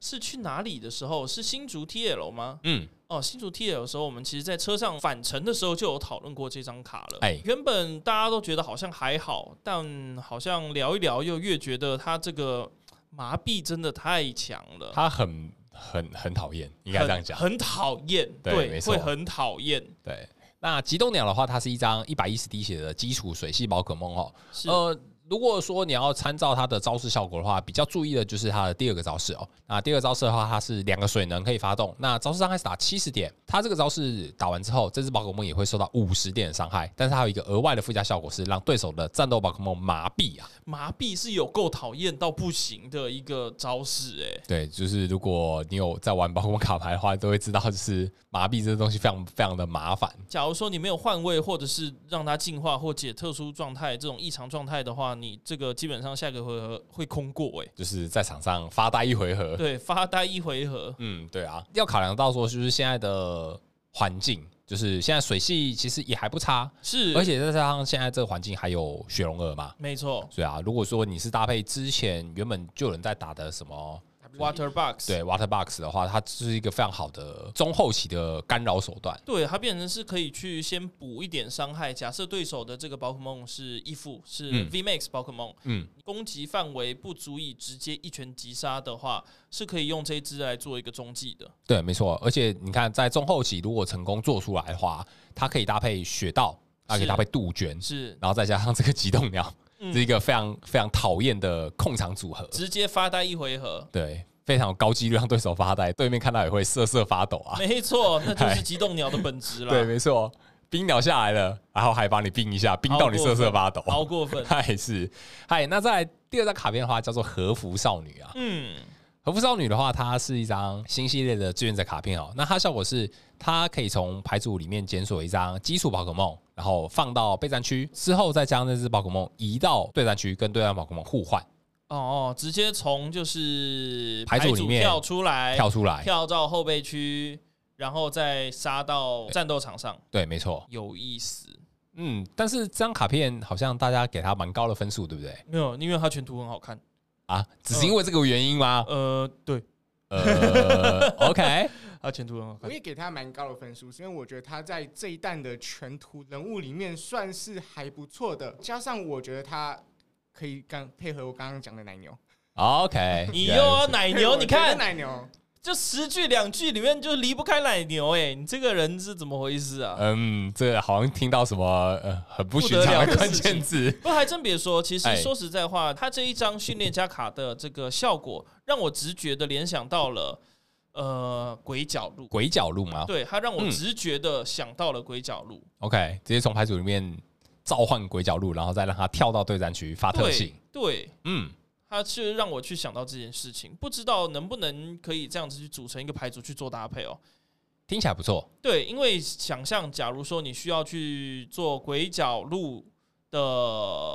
[SPEAKER 1] 是去哪里的时候，是新竹 TL 吗？
[SPEAKER 2] 嗯，
[SPEAKER 1] 哦，新竹 TL 的时候，我们其实在车上返程的时候就有讨论过这张卡了。
[SPEAKER 2] 哎
[SPEAKER 1] 原本大家都觉得好像还好，但好像聊一聊又越觉得它这个麻痹真的太强了，
[SPEAKER 2] 它很很很讨厌，应该这样讲。
[SPEAKER 1] 呃很很讨厌，
[SPEAKER 2] 对
[SPEAKER 1] 对，
[SPEAKER 2] 没错
[SPEAKER 1] 会很讨厌，
[SPEAKER 2] 对，那极冻鸟的话，它是一张一百一十滴血的基础水系宝可梦哦。
[SPEAKER 1] 是、
[SPEAKER 2] 呃，如果说你要参照它的招式效果的话，比较注意的就是它的第二个招式哦。那第二个招式的话，它是两个水能可以发动，那招式伤害是打七十点，它这个招式打完之后，这只宝可梦也会受到五十点的伤害，但是它有一个额外的附加效果是让对手的战斗宝可梦麻痹啊。
[SPEAKER 1] 麻痹是有够讨厌到不行的一个招式、哎。
[SPEAKER 2] 对，就是如果你有在玩宝可梦卡牌的话，都会知道就是麻痹这个东西非常非常的麻烦。
[SPEAKER 1] 假如说你没有换位，或者是让它进化或解特殊状态这种异常状态的话，你这个基本上下个回合会空过诶、欸
[SPEAKER 2] 就是在场上发呆一回合，
[SPEAKER 1] 对，发呆一回合，
[SPEAKER 2] 嗯，对啊，要考量到说，就是现在的环境，就是现在水系其实也还不差，
[SPEAKER 1] 是，
[SPEAKER 2] 而且再加上现在这个环境还有雪龙耳嘛，
[SPEAKER 1] 没错
[SPEAKER 2] 所以啊，如果说你是搭配之前原本就有人在打的什么
[SPEAKER 1] ，Water Box，
[SPEAKER 2] 对 Water Box 的话，它是一个非常好的中后期的干扰手段。
[SPEAKER 1] 对，它变成是可以去先补一点伤害。假设对手的这个宝可梦是义父，是
[SPEAKER 2] 嗯
[SPEAKER 1] V Max 宝可梦，
[SPEAKER 2] 嗯，
[SPEAKER 1] 攻击范围不足以直接一拳击杀的话，是可以用这一只来做一个中继的。
[SPEAKER 2] 对，没错。而且你看，在中后期如果成功做出来的话，它可以搭配雪道，它可以
[SPEAKER 1] 是
[SPEAKER 2] 搭配杜鹃，
[SPEAKER 1] 是，
[SPEAKER 2] 然后再加上这个极冻鸟，
[SPEAKER 1] 嗯
[SPEAKER 2] 是一个非常非常讨厌的控场组合。
[SPEAKER 1] 直接发呆一回 合，
[SPEAKER 2] 对，非常有高几率让对手发呆，对面看到也会瑟瑟发抖啊。
[SPEAKER 1] 没错，那就是极冻鸟的本质啦。
[SPEAKER 2] 对，没错，冰鸟下来了，然后还把你冰一下，冰到你瑟瑟发抖。
[SPEAKER 1] 好过分。
[SPEAKER 2] 嗨是嗨，那再来第二张卡片的话叫做和服少女啊。
[SPEAKER 1] 嗯，
[SPEAKER 2] 和服少女的话，它是一张新系列的志愿者卡片哦。那它效果是，它可以从牌组里面检索一张基础宝可梦，然后放到备战区之后，再将那只宝可梦移到对战区，跟对战宝可梦互换，
[SPEAKER 1] 哦哦，直接从就是
[SPEAKER 2] 牌组里面
[SPEAKER 1] 跳出来，
[SPEAKER 2] 跳出来。
[SPEAKER 1] 哎跳到后备区，然后再杀到战斗场上，
[SPEAKER 2] 对，没错。
[SPEAKER 1] 有意思。
[SPEAKER 2] 嗯，但是这张卡片好像大家给它蛮高的分数，对不对？
[SPEAKER 1] 没有，因为它全图很好看。
[SPEAKER 2] 啊，只是因为这个原因吗？
[SPEAKER 1] 呃，对，
[SPEAKER 2] 呃，OK，
[SPEAKER 1] 它全
[SPEAKER 2] 哦
[SPEAKER 1] 图很好
[SPEAKER 3] 我
[SPEAKER 1] 看。
[SPEAKER 3] 也给他蛮高的分数，是因为我觉得他在这一弹的全图人物里面算是还不错的，加上我觉得他可以刚配合我刚刚讲的奶牛，
[SPEAKER 2] ，OK，
[SPEAKER 1] 你又
[SPEAKER 2] 原来如
[SPEAKER 1] 要奶哎牛，
[SPEAKER 2] 此
[SPEAKER 3] 配合我
[SPEAKER 1] 你
[SPEAKER 3] 觉得
[SPEAKER 1] 看
[SPEAKER 3] 奶牛，
[SPEAKER 1] 这十句两句里面就离不开奶牛，哎，你这个人是怎么回事啊？
[SPEAKER 2] 嗯，这个好像听到什么呃很不寻常的关键字，
[SPEAKER 1] 不过还真别说，其实
[SPEAKER 2] 哎
[SPEAKER 1] 说实在话，它这一张训练家卡的这个效果，让我直觉的联想到了呃 鬼角鹿。
[SPEAKER 2] 鬼角鹿吗
[SPEAKER 1] 对，它让我
[SPEAKER 2] 嗯
[SPEAKER 1] 直觉的想到了鬼角鹿。
[SPEAKER 2] ？OK，直接从牌组里面召唤鬼角鹿，然后再让它跳到对战区发啊特
[SPEAKER 1] 对
[SPEAKER 2] 性。
[SPEAKER 1] 对，
[SPEAKER 2] 嗯，
[SPEAKER 1] 它是让我去想到这件事情，不知道能不能可以这样子去组成一个牌组去做搭配哦。
[SPEAKER 2] 听起来不错。
[SPEAKER 1] 对，因为想象，假如说你需要去做鬼角鹿的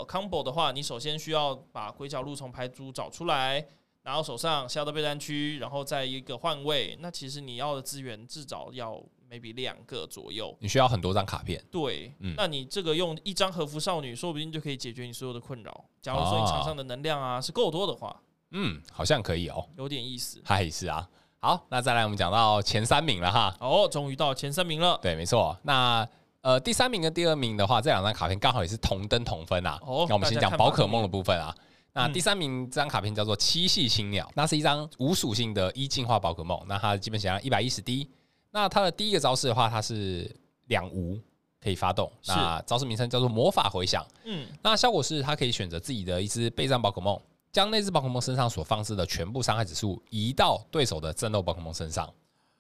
[SPEAKER 1] combo 的话，你首先需要把鬼角鹿从牌组找出来，拿到手上，下到备战区，然后再一个换位。那其实你要的资源至少要 maybe 两个左右。
[SPEAKER 2] 你需要很多张卡片，
[SPEAKER 1] 对，
[SPEAKER 2] 嗯
[SPEAKER 1] 那你这个用一张和服少女，说不定就可以解决你所有的困扰。假如说你场上的能量啊是够多的话，
[SPEAKER 2] 嗯，好像可以哦。
[SPEAKER 1] 有点意思。
[SPEAKER 2] 嗨，是啊。好，那再来我们讲到前三名了哈。
[SPEAKER 1] 哦，终于到前三名了，
[SPEAKER 2] 对，没错。那呃，第三名跟第二名的话，这两张卡片刚好也是同登同分啊。
[SPEAKER 1] 哦
[SPEAKER 2] 那我们先
[SPEAKER 1] 大家
[SPEAKER 2] 讲
[SPEAKER 1] 看
[SPEAKER 2] 宝
[SPEAKER 1] 吧
[SPEAKER 2] 可梦的部分啊。那
[SPEAKER 1] 嗯
[SPEAKER 2] 第三名这张卡片叫做七系青鸟，那是一张无属性的一进化宝可梦。那它的基本血量一百一十滴。那它的第一个招式的话，它是两无可以发动。
[SPEAKER 1] 是
[SPEAKER 2] 那招式名称叫做魔法回响。
[SPEAKER 1] 嗯，
[SPEAKER 2] 那效果是它可以选择自己的一只备战宝可梦，将那只宝可梦身上所放置的全部伤害指数移到对手的战斗宝可梦身上，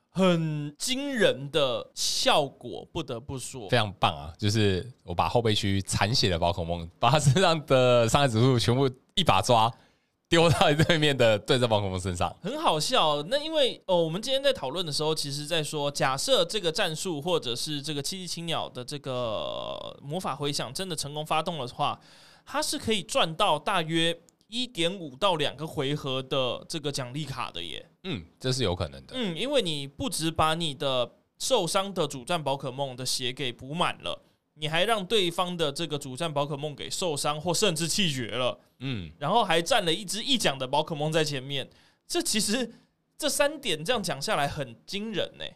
[SPEAKER 1] 很惊人的效果，不得不说
[SPEAKER 2] 非。常棒啊！就是我把后备区残血的宝可梦，把它身上的伤害指数全部一把抓，丢到对面的对战宝可梦身上。
[SPEAKER 1] 很好笑。那因为哦，我们今天在讨论的时候，其实在说，假设这个战术或者是这个七级青鸟的这个魔法回响真的成功发动了的话，它是可以赚到大约一点五到两个回合的这个奖励卡的耶。
[SPEAKER 2] 嗯，这是有可能的。
[SPEAKER 1] 嗯，因为你不只把你的受伤的主战宝可梦的血给补满了。你还让对方的这个主战宝可梦给受伤或甚至气绝了，
[SPEAKER 2] 嗯，
[SPEAKER 1] 然后还站了一只一奖的宝可梦在前面。这其实这三点这样讲下来很惊人欸呢、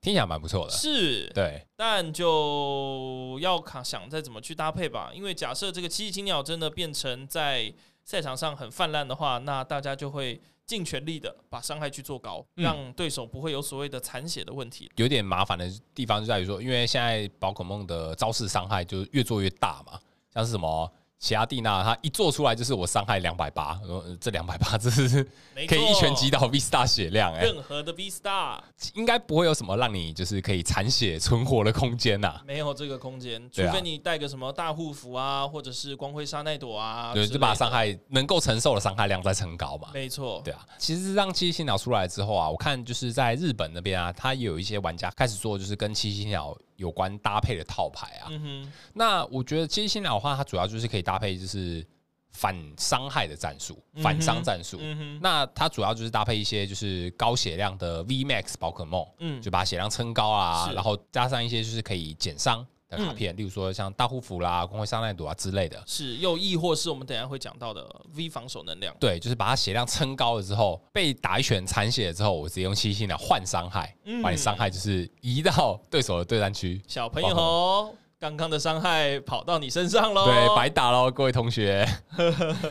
[SPEAKER 2] 听起来蛮不错的。
[SPEAKER 1] 是，
[SPEAKER 2] 对，
[SPEAKER 1] 但就要看想再怎么去搭配吧。因为假设这个七翼青鸟真的变成在赛场上很泛滥的话，那大家就会尽全力的把伤害去做高，
[SPEAKER 2] 嗯
[SPEAKER 1] 让对手不会有所谓的残血的问题。
[SPEAKER 2] 有点麻烦的地方就在于说，因为现在宝可梦的招式伤害就是越做越大嘛，像是什么奇亚蒂娜，它一做出来就是我伤害两百八，呃这两百八这是
[SPEAKER 1] 没
[SPEAKER 2] 可以一拳击
[SPEAKER 1] 倒
[SPEAKER 2] 倒 V Star 血量哎、
[SPEAKER 1] 任何的 V Star，
[SPEAKER 2] 应该不会有什么让你就是可以残血存活的空间呐、
[SPEAKER 1] 没有这个空间，除
[SPEAKER 2] 对啊
[SPEAKER 1] 非你带个什么大护符啊，或者是光辉沙奈朵啊，
[SPEAKER 2] 对，
[SPEAKER 1] 之
[SPEAKER 2] 就把
[SPEAKER 1] 类的
[SPEAKER 2] 伤，害能够承受的伤害量再升高嘛。
[SPEAKER 1] 没错，
[SPEAKER 2] 对啊，其实让七星鸟出来之后啊，我看就是在日本那边啊，它也有一些玩家开始做就是跟七星鸟有关搭配的套牌啊。
[SPEAKER 1] 嗯哼。
[SPEAKER 2] 那我觉得七星鸟的话，它主要就是可以搭配就是反伤害的战术，
[SPEAKER 1] 嗯哼
[SPEAKER 2] 反伤战术。
[SPEAKER 1] 嗯哼，
[SPEAKER 2] 那它主要就是搭配一些就是高血量的 V Max 宝可梦，
[SPEAKER 1] 嗯
[SPEAKER 2] 就把血量撑高啊
[SPEAKER 1] 是，嗯
[SPEAKER 2] 然后加上一些就是可以减伤的卡片，例如说像大护符啦、光辉沙奈朵啊之类的。
[SPEAKER 1] 是，又亦或是我们等一下会讲到的 V 防守能量。
[SPEAKER 2] 对，就是把它血量撑高了之后，被打一拳残血了之后，我直接用七星鸟换伤害，
[SPEAKER 1] 嗯
[SPEAKER 2] 把你伤害就是移到对手的对战区。
[SPEAKER 1] 小朋友，刚刚的伤害跑到你身上喽。
[SPEAKER 2] 对，白打喽，各位同学。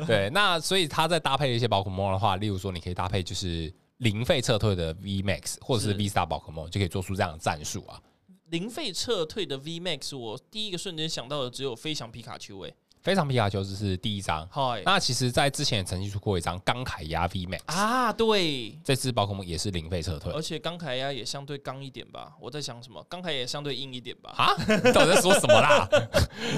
[SPEAKER 2] 对，那所以它在搭配一些宝可梦的话，例如说你可以搭配就是零费撤退的 V Max 或者是
[SPEAKER 1] 是
[SPEAKER 2] V Star 宝可梦，就可以做出这样的战术啊。
[SPEAKER 1] 零费撤退的 V Max，我第一个瞬间想到的只有飞翔皮卡丘、欸。
[SPEAKER 2] 非常皮卡丘这是第一张，
[SPEAKER 1] 哎，嗨
[SPEAKER 2] 那其实在之前也曾经出过一张钢凯亚 V Max，、
[SPEAKER 1] 啊，对，
[SPEAKER 2] 这只宝可梦也是零费撤退
[SPEAKER 1] 而且钢凯亚也相对刚一点吧。我在想什么？钢凯亚也相对硬一点吧。
[SPEAKER 2] 啊？你 到底在说什么啦？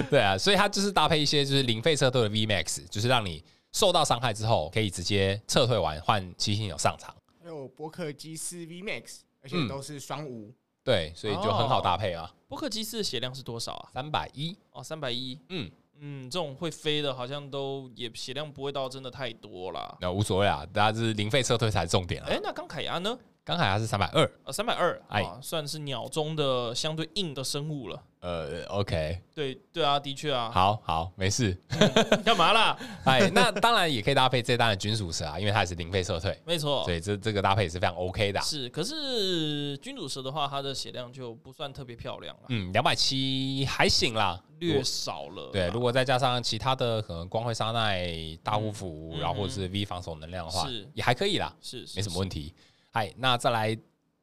[SPEAKER 2] 对啊，所以它就是搭配一些就是零费撤退的 V Max，就是让你受到伤害之后可以直接撤退完换七星鸟上场。
[SPEAKER 3] 还有伯克基斯 V Max，
[SPEAKER 2] 嗯
[SPEAKER 3] 而且都是双无。
[SPEAKER 2] 对，所以就很好搭配啊，
[SPEAKER 1] 波克基斯的血量是多少啊？
[SPEAKER 2] 三百一。
[SPEAKER 1] 哦，三百一。
[SPEAKER 2] 嗯，
[SPEAKER 1] 嗯，这种会飞的，好像都也血量不会到真的太多啦。
[SPEAKER 2] 那无所谓啊，大家就是零费撤退才是重点啊
[SPEAKER 1] 哎、。那钢凯亚呢？
[SPEAKER 2] 刚才它是三百二，
[SPEAKER 1] 呃，三百二，
[SPEAKER 2] 哎
[SPEAKER 1] 啊，算是鸟中的相对硬的生物了。
[SPEAKER 2] 呃，OK，
[SPEAKER 1] 对对啊，的确啊，
[SPEAKER 2] 好好，没事。
[SPEAKER 1] 干嘛啦？
[SPEAKER 2] 哎，那当然也可以搭配这单的军属蛇啊，因为它也是零费撤退，
[SPEAKER 1] 没错
[SPEAKER 2] 所，以这这个搭配也是非常 OK 的啊。
[SPEAKER 1] 是。可是君主蛇的话，它的血量就不算特别漂亮了，
[SPEAKER 2] 嗯，两百七还行啦，
[SPEAKER 1] 略少了。
[SPEAKER 2] 嗯对，如果再加上其他的可能光辉沙奈、大护符，
[SPEAKER 1] 嗯
[SPEAKER 2] 然后或者是 V 防守能量的话
[SPEAKER 1] 是，
[SPEAKER 2] 也还可以啦，
[SPEAKER 1] 是是
[SPEAKER 2] 没什么问题。嗨，那再来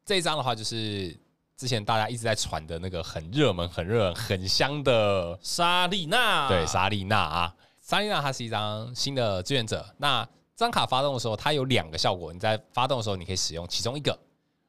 [SPEAKER 2] 这一张的话，就是之前大家一直在传的那个很热门、很热门、很香的，
[SPEAKER 1] 是莎莉娜，
[SPEAKER 2] 对，莎莉娜啊，莎莉娜它是一张新的志愿者。那这张卡发动的时候，它有两个效果，你在发动的时候你可以使用其中一个。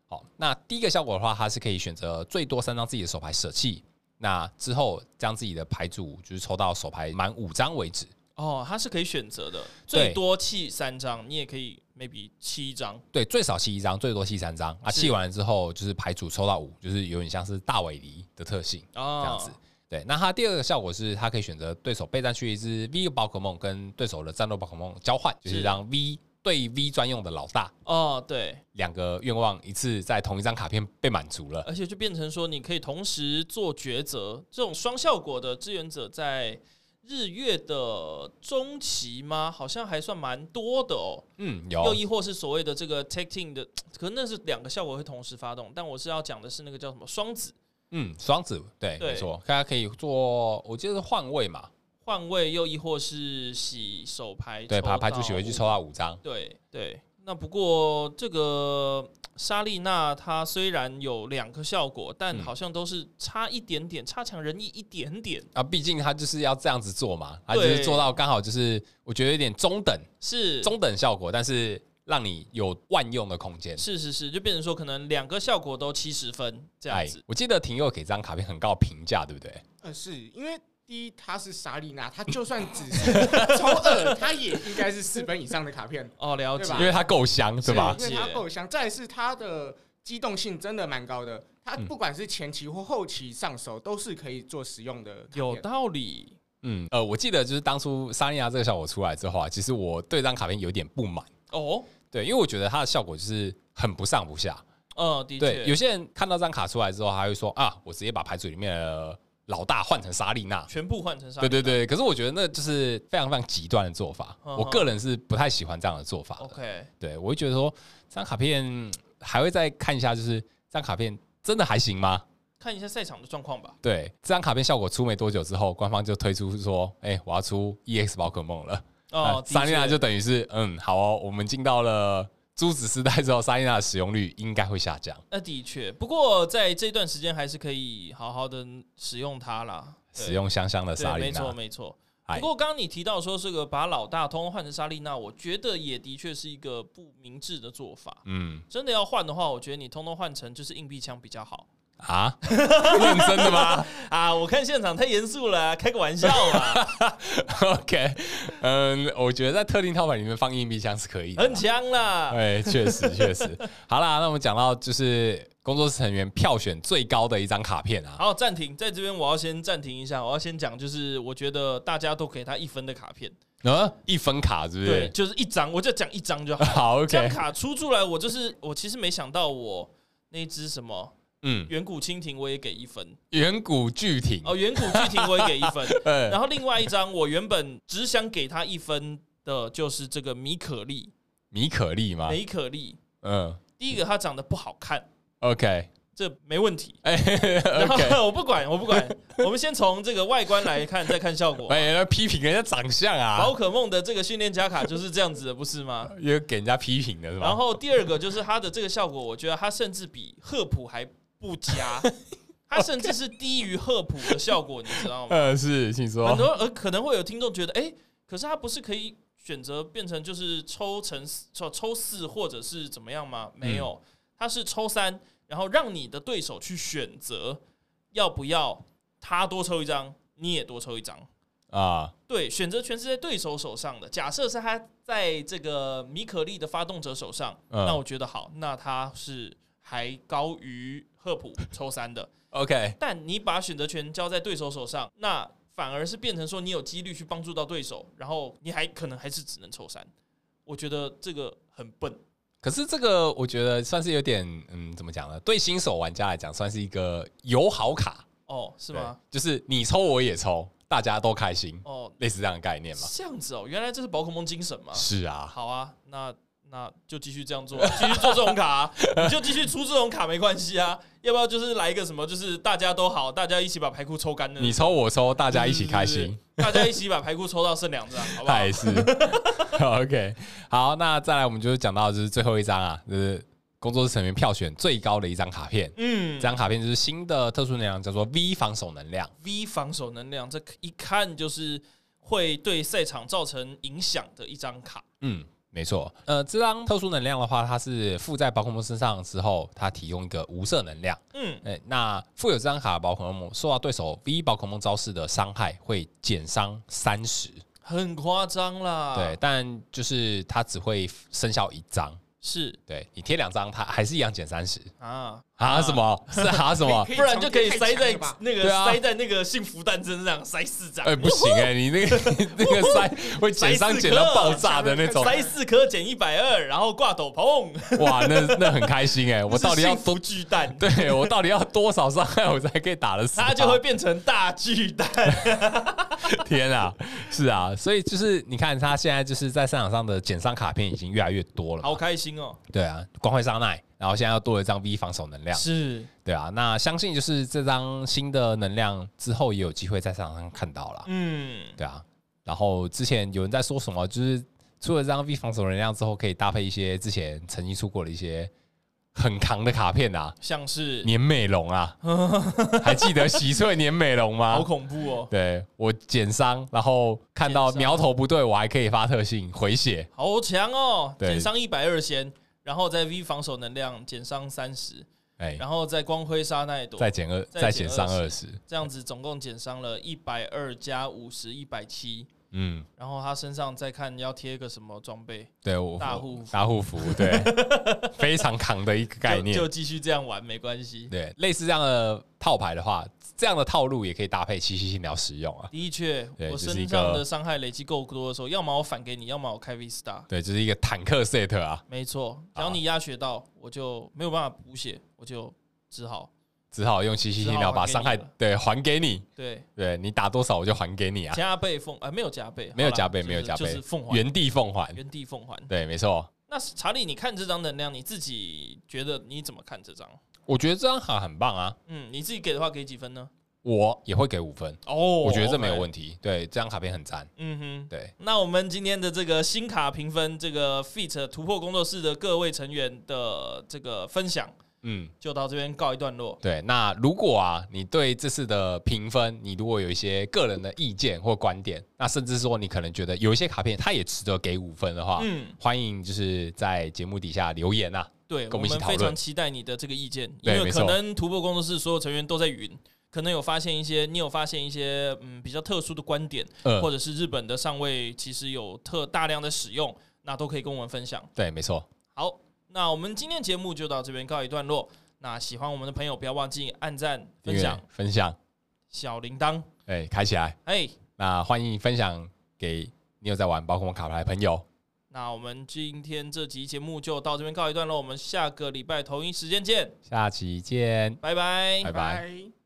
[SPEAKER 2] 好，那第一个效果的话，它是可以选择最多三张自己的手牌舍弃，那之后将自己的牌组就是抽到手牌满五张为止。
[SPEAKER 1] 哦，它是可以选择的，
[SPEAKER 2] 对
[SPEAKER 1] 最多弃三张，你也可以 maybe 弃一张。
[SPEAKER 2] 对，最少弃一张，最多弃三张啊。
[SPEAKER 1] 是
[SPEAKER 2] 弃完了之后，就是牌组抽到五，就是有点像是大尾狸的特性
[SPEAKER 1] 哦
[SPEAKER 2] 这样子。对，那它第二个效果是，它可以选择对手备战区一只 V 宝可梦跟对手的战斗宝可梦交换，就是
[SPEAKER 1] 是
[SPEAKER 2] 让 V 对 V 专用的老大
[SPEAKER 1] 哦，对，
[SPEAKER 2] 两个愿望一次在同一张卡片被满足了。
[SPEAKER 1] 而且就变成说，你可以同时做抉择，这种双效果的志愿者在日月的中期吗？好像还算蛮多的哦。
[SPEAKER 2] 嗯，
[SPEAKER 1] 又
[SPEAKER 2] 有
[SPEAKER 1] 亦或是所谓的这个 tag team 的，可能那是两个效果会同时发动，但我是要讲的是那个叫什么双子，
[SPEAKER 2] 嗯，双子对，
[SPEAKER 1] 对
[SPEAKER 2] 没错，大家可以做，我记得是换位嘛，
[SPEAKER 1] 换位又亦或是洗手牌，
[SPEAKER 2] 对，
[SPEAKER 1] 抽
[SPEAKER 2] 把牌
[SPEAKER 1] 到
[SPEAKER 2] 出洗回去抽到五张，
[SPEAKER 1] 对对，那不过这个莎莉娜她虽然有两个效果，但
[SPEAKER 2] 嗯
[SPEAKER 1] 好像都是差一点点，差强人意一点点。
[SPEAKER 2] 啊，毕竟他就是要这样子做嘛，他就是
[SPEAKER 1] 对
[SPEAKER 2] 做到刚好就是我觉得有点中等
[SPEAKER 1] 是
[SPEAKER 2] 中等效果，但是让你有万用的空间。
[SPEAKER 1] 是是是，就变成说可能两个效果都七十分这样
[SPEAKER 2] 哎
[SPEAKER 1] 子。，
[SPEAKER 2] 我记得廷佑给这张卡片很高的评价，对不对？
[SPEAKER 3] 呃，是因为第一，她是莎莉 娜，她就算只是抽二，她也应该是四分以上的卡片，
[SPEAKER 1] 哦，了解
[SPEAKER 3] 对吧
[SPEAKER 2] 因为它够香，对吧
[SPEAKER 1] 了？
[SPEAKER 3] 因为
[SPEAKER 1] 解
[SPEAKER 3] 她够香。再来是她的机动性真的蛮高的，她
[SPEAKER 2] 嗯
[SPEAKER 3] 不管是前期或后期上手都是可以做使用的卡片。
[SPEAKER 1] 有道理。
[SPEAKER 2] 嗯，呃，我记得就是当初莎莉亚这个效果出来之后啊，其实我对这张卡片有点不满，
[SPEAKER 1] 哦，
[SPEAKER 2] 对，因为我觉得它的效果就是很不上不下。
[SPEAKER 1] 呃，的
[SPEAKER 2] 对，
[SPEAKER 1] 确，
[SPEAKER 2] 有些人看到这张卡出来之后，他会说啊，我直接把牌组里面的老大换成莎莉娜。
[SPEAKER 1] 全部换成莎
[SPEAKER 2] 对
[SPEAKER 1] 莉
[SPEAKER 2] 对对，可是我觉得那就是非常非常极端的做法，
[SPEAKER 1] 嗯哼哦
[SPEAKER 2] 我个人是不太喜欢这样的做法的。
[SPEAKER 1] OK，
[SPEAKER 2] 对，我会觉得说这张卡片嗯还会再看一下，就是这张卡片真的还行吗？
[SPEAKER 1] 看一下赛场的状况吧。
[SPEAKER 2] 对，这张卡片效果出没多久之后，官方就推出说，哎、我要出 EX 宝可梦了。
[SPEAKER 1] 哦
[SPEAKER 2] 呃，莎莉娜
[SPEAKER 1] 的确
[SPEAKER 2] 就等于是，嗯，好哦，我们进到了朱子时代之后，莎莉娜的使用率应该会下降。
[SPEAKER 1] 那呃的确，不过在这段时间还是可以好好的使用它啦。对
[SPEAKER 2] 使用香香的莎
[SPEAKER 1] 对，
[SPEAKER 2] 莉
[SPEAKER 1] 没错
[SPEAKER 2] 娜，
[SPEAKER 1] 没错。
[SPEAKER 2] 嗨
[SPEAKER 1] 不过刚刚你提到说这个把老大通换成莎莉娜，我觉得也的确是一个不明智的做法。
[SPEAKER 2] 嗯
[SPEAKER 1] 真的要换的话，我觉得你通通换成就是硬币枪比较好
[SPEAKER 2] 啊， 认真的吗
[SPEAKER 1] 啊！我看现场太严肃了啊、开个玩笑 嘛，
[SPEAKER 2] ？OK，嗯，我觉得在特定套牌里面放硬币箱是可以的
[SPEAKER 1] 很
[SPEAKER 2] 啦。
[SPEAKER 1] 强啦。
[SPEAKER 2] 哎，确实确实。好啦，那我们讲到就是工作室成员票选最高的一张卡片啊，
[SPEAKER 1] 好，暂停，在这边我要先暂停一下，我要先讲，就是我觉得大家都给他一分的卡片，
[SPEAKER 2] 呃，一分卡是不
[SPEAKER 1] 对，
[SPEAKER 2] 是？
[SPEAKER 1] 就是一张，我就讲一张就好。
[SPEAKER 2] 好
[SPEAKER 1] 这张
[SPEAKER 2] ，OK，
[SPEAKER 1] 卡出出来，我就是我其实没想到我那只什么
[SPEAKER 2] 嗯，
[SPEAKER 1] 远古蜻蜓我也给一分
[SPEAKER 2] 远古巨艇，
[SPEAKER 1] 哦，远古巨蜓我也给一 分，
[SPEAKER 2] 呃，
[SPEAKER 1] 然后另外一张我原本只想给他一分的就是这个米可丽，
[SPEAKER 2] 米可丽吗？
[SPEAKER 1] 梅可丽，
[SPEAKER 2] 嗯
[SPEAKER 1] 第一个她长得不好看，
[SPEAKER 2] ，OK，
[SPEAKER 1] 这没问题。
[SPEAKER 2] 哎
[SPEAKER 1] 然
[SPEAKER 2] ，OK。
[SPEAKER 1] 后 我不管，我不管，我们先从这个外观来看，再看效果。
[SPEAKER 2] 哎，要批评人家长相 啊
[SPEAKER 1] 宝，可梦的这个训练家卡就是这样子的，不是吗？
[SPEAKER 2] 又给人家批评的是吧？
[SPEAKER 1] 然后第二个就是它的这个效果，我觉得它甚至比赫普还不佳，它甚至是低于赫普的效果，你知 道吗？
[SPEAKER 2] 呃，是，请说
[SPEAKER 1] 很。多呃可能会有听众觉得，哎、可是它不是可以选择变成就是抽成四抽抽四或者是怎么样吗？没有，它是抽三，然后让你的对手去选择要不要他多抽一张，你也多抽一张。
[SPEAKER 2] 啊，
[SPEAKER 1] 对，选择权是在对手手上的。假设是他在这个米可利的发动者手上，
[SPEAKER 2] 嗯
[SPEAKER 1] 那我觉得好，那他是还高于赫普 抽三的。
[SPEAKER 2] OK，
[SPEAKER 1] 但你把选择权交在对手手上，那反而是变成说你有几率去帮助到对手，然后你还可能还是只能抽三。我觉得这个很笨，
[SPEAKER 2] 可是这个我觉得算是有点，嗯，怎么讲呢？对新手玩家来讲，算是一个友好卡，
[SPEAKER 1] 哦，是吗？
[SPEAKER 2] 对？就是你抽我也抽，大家都开心，
[SPEAKER 1] 哦，
[SPEAKER 2] 类似这样的概念嘛。
[SPEAKER 1] 这样子哦，原来这是宝可梦精神嘛。
[SPEAKER 2] 是啊，
[SPEAKER 1] 好啊，那那就继续这样做，继续做这种卡啊、你就继续出这种卡没关系啊。要不要就是来一个什么，就是大家都好，大家一起把牌库抽干的，
[SPEAKER 2] 你抽我抽，大
[SPEAKER 1] 大
[SPEAKER 2] 家一起开心，，
[SPEAKER 1] 嗯大家一起把牌库抽到剩两张，好不好
[SPEAKER 2] 还？是 OK。好，那再来我们就讲到就是最后一张啊，就是工作室成员票选最高的一张卡片。
[SPEAKER 1] 嗯
[SPEAKER 2] 这张卡片就是新的特殊能量，叫做 V 防守能量。
[SPEAKER 1] ，V 防守能量，这一看就是会对赛场造成影响的一张卡。
[SPEAKER 2] 嗯，没错。呃，这张特殊能量的话，它是附在宝可梦身上之后，它提供一个无色能量。
[SPEAKER 1] 嗯，
[SPEAKER 2] 哎、那附有这张卡的宝可梦受到对手 V 宝可梦招式的伤害会减伤三十。
[SPEAKER 1] 很夸张啦。
[SPEAKER 2] 对，，但就是它只会生效一张。
[SPEAKER 1] 是
[SPEAKER 2] 对你贴两张，它还是一样减三十
[SPEAKER 1] 啊，
[SPEAKER 2] 啊？什么？是啊？什么？
[SPEAKER 1] 不然就可以塞在
[SPEAKER 3] 吧。
[SPEAKER 1] 那个
[SPEAKER 2] 对啊
[SPEAKER 1] 塞在那个幸福蛋身上，塞四张
[SPEAKER 2] 哎、。不行哎、你那个 你那 个塞会减伤减到爆炸的那种，
[SPEAKER 1] 塞四颗减一百二，然后挂斗篷。
[SPEAKER 2] 哇，那那很开心 哎、我到底要
[SPEAKER 1] 那是幸福巨 蛋，
[SPEAKER 2] 对我到底要多少伤害我才可以打得死
[SPEAKER 1] 它就会变成大巨蛋。
[SPEAKER 2] 天啊，是啊，所以就是你看，他现在就是在赛场上的减伤卡片已经越来越多了嘛。
[SPEAKER 1] 好开心哦！
[SPEAKER 2] 对啊，光辉沙奈然后现在又多了一张 V 防守能量，
[SPEAKER 1] 是
[SPEAKER 2] 对啊，那相信就是这张新的能量之后也有机会在场上看到啦。
[SPEAKER 1] 嗯，
[SPEAKER 2] 对啊。然后之前有人在说什么，就是出了这张 V 防守能量之后，可以搭配一些之前曾经出过的一些很扛的卡 片啊，
[SPEAKER 1] 像是
[SPEAKER 2] 年美容啊， 还记得喜翠年美容
[SPEAKER 1] 好
[SPEAKER 2] 吗？
[SPEAKER 1] 恐怖哦，
[SPEAKER 2] 对我减伤，然后看到
[SPEAKER 1] 减伤
[SPEAKER 2] 苗头不对，我还可以发特性回血，
[SPEAKER 1] 好强哦，
[SPEAKER 2] 对
[SPEAKER 1] 减伤一百二先，然后在 V 防守能量减伤三十，
[SPEAKER 2] 哎，
[SPEAKER 1] 然后在光辉沙那一朵，
[SPEAKER 2] 再减二，
[SPEAKER 1] 再
[SPEAKER 2] 再
[SPEAKER 1] 减
[SPEAKER 2] 减伤
[SPEAKER 1] 20
[SPEAKER 2] 二十，
[SPEAKER 1] 这样子总共减伤了一百二加五十，一百七。
[SPEAKER 2] 嗯，
[SPEAKER 1] 然后他身上再看要贴个什么装备，
[SPEAKER 2] 对我
[SPEAKER 1] 大护符
[SPEAKER 2] 大护符， 对，非常扛的一个概念
[SPEAKER 1] 就，就继续这样玩没关系。
[SPEAKER 2] 对，类似这样的套牌的话，这样的套路也可以搭配七七信条使用啊。
[SPEAKER 1] 的确，
[SPEAKER 2] 对
[SPEAKER 1] 我
[SPEAKER 2] 这是一
[SPEAKER 1] 身
[SPEAKER 2] 个
[SPEAKER 1] 上的伤害累积够多的时候，要么我反给你，要么我开 V star。
[SPEAKER 2] 对，就是一个坦克 set 啊，
[SPEAKER 1] 没错，只
[SPEAKER 2] 好
[SPEAKER 1] 要你压血到，我就没有办法补血，我就只好
[SPEAKER 2] 只好用七七信
[SPEAKER 1] 只好
[SPEAKER 2] 条
[SPEAKER 1] 还
[SPEAKER 2] 把
[SPEAKER 1] 给
[SPEAKER 2] 伤害
[SPEAKER 1] 你了
[SPEAKER 2] 对还给你，
[SPEAKER 1] 对
[SPEAKER 2] 对你打多少我就还给你啊，
[SPEAKER 1] 加倍奉啊，没有加倍，
[SPEAKER 2] 没有
[SPEAKER 1] 好啦
[SPEAKER 2] 加倍
[SPEAKER 1] 就是
[SPEAKER 2] 没有加倍
[SPEAKER 1] 就是奉还
[SPEAKER 2] 原地奉还。
[SPEAKER 1] 原地奉还。
[SPEAKER 2] 对，没错，
[SPEAKER 1] 那查理，你看这张能量，你自己觉得你怎么看这张？
[SPEAKER 2] 我觉得这张卡很棒啊，
[SPEAKER 1] 嗯，你自己给的话给几分呢？
[SPEAKER 2] 我也会给五分，
[SPEAKER 1] 哦，
[SPEAKER 2] 我觉得这没有
[SPEAKER 1] OK
[SPEAKER 2] 问题。对，这张卡片很赞。
[SPEAKER 1] 嗯哼，
[SPEAKER 2] 对，
[SPEAKER 1] 那我们今天的这个新卡评分，这个 Fit 突破工作室的各位成员的这个分享，
[SPEAKER 2] 嗯，
[SPEAKER 1] 就到这边告一段落。
[SPEAKER 2] 对。那如果啊，你对这次的评分，你如果有一些个人的意见或观点，那甚至说你可能觉得有一些卡片它也值得给五分的话，
[SPEAKER 1] 嗯，
[SPEAKER 2] 欢迎就是在节目底下留言啊。
[SPEAKER 1] 对，
[SPEAKER 2] 跟
[SPEAKER 1] 我
[SPEAKER 2] 我们一起
[SPEAKER 1] 们
[SPEAKER 2] 讨
[SPEAKER 1] 非
[SPEAKER 2] 论
[SPEAKER 1] 常期待你的这个意见，因
[SPEAKER 2] 对
[SPEAKER 1] 为
[SPEAKER 2] 没
[SPEAKER 1] 可
[SPEAKER 2] 错
[SPEAKER 1] 能突破工作室所有成员都在云，可能有发现一些，你有发现一些嗯比较特殊的观点，
[SPEAKER 2] 嗯
[SPEAKER 1] 或，者是日本的上位其实有特大量的使用，那都可以跟我们分享。
[SPEAKER 2] 对，没错。
[SPEAKER 1] 好，那我们今天节目就到这边告一段落。那喜欢我们的朋友，不要忘记按赞、
[SPEAKER 2] 订
[SPEAKER 1] 分
[SPEAKER 2] 阅
[SPEAKER 1] 享、
[SPEAKER 2] 分享，
[SPEAKER 1] 小铃铛。
[SPEAKER 2] 哎，开起来。
[SPEAKER 1] 哎、
[SPEAKER 2] 那欢迎分享给你有在玩宝可梦卡牌的朋友。
[SPEAKER 1] 那我们今天这集节目就到这边告一段落，我们下个礼拜同一时间见，
[SPEAKER 2] 下期见，
[SPEAKER 1] 拜拜
[SPEAKER 2] 拜拜
[SPEAKER 3] 拜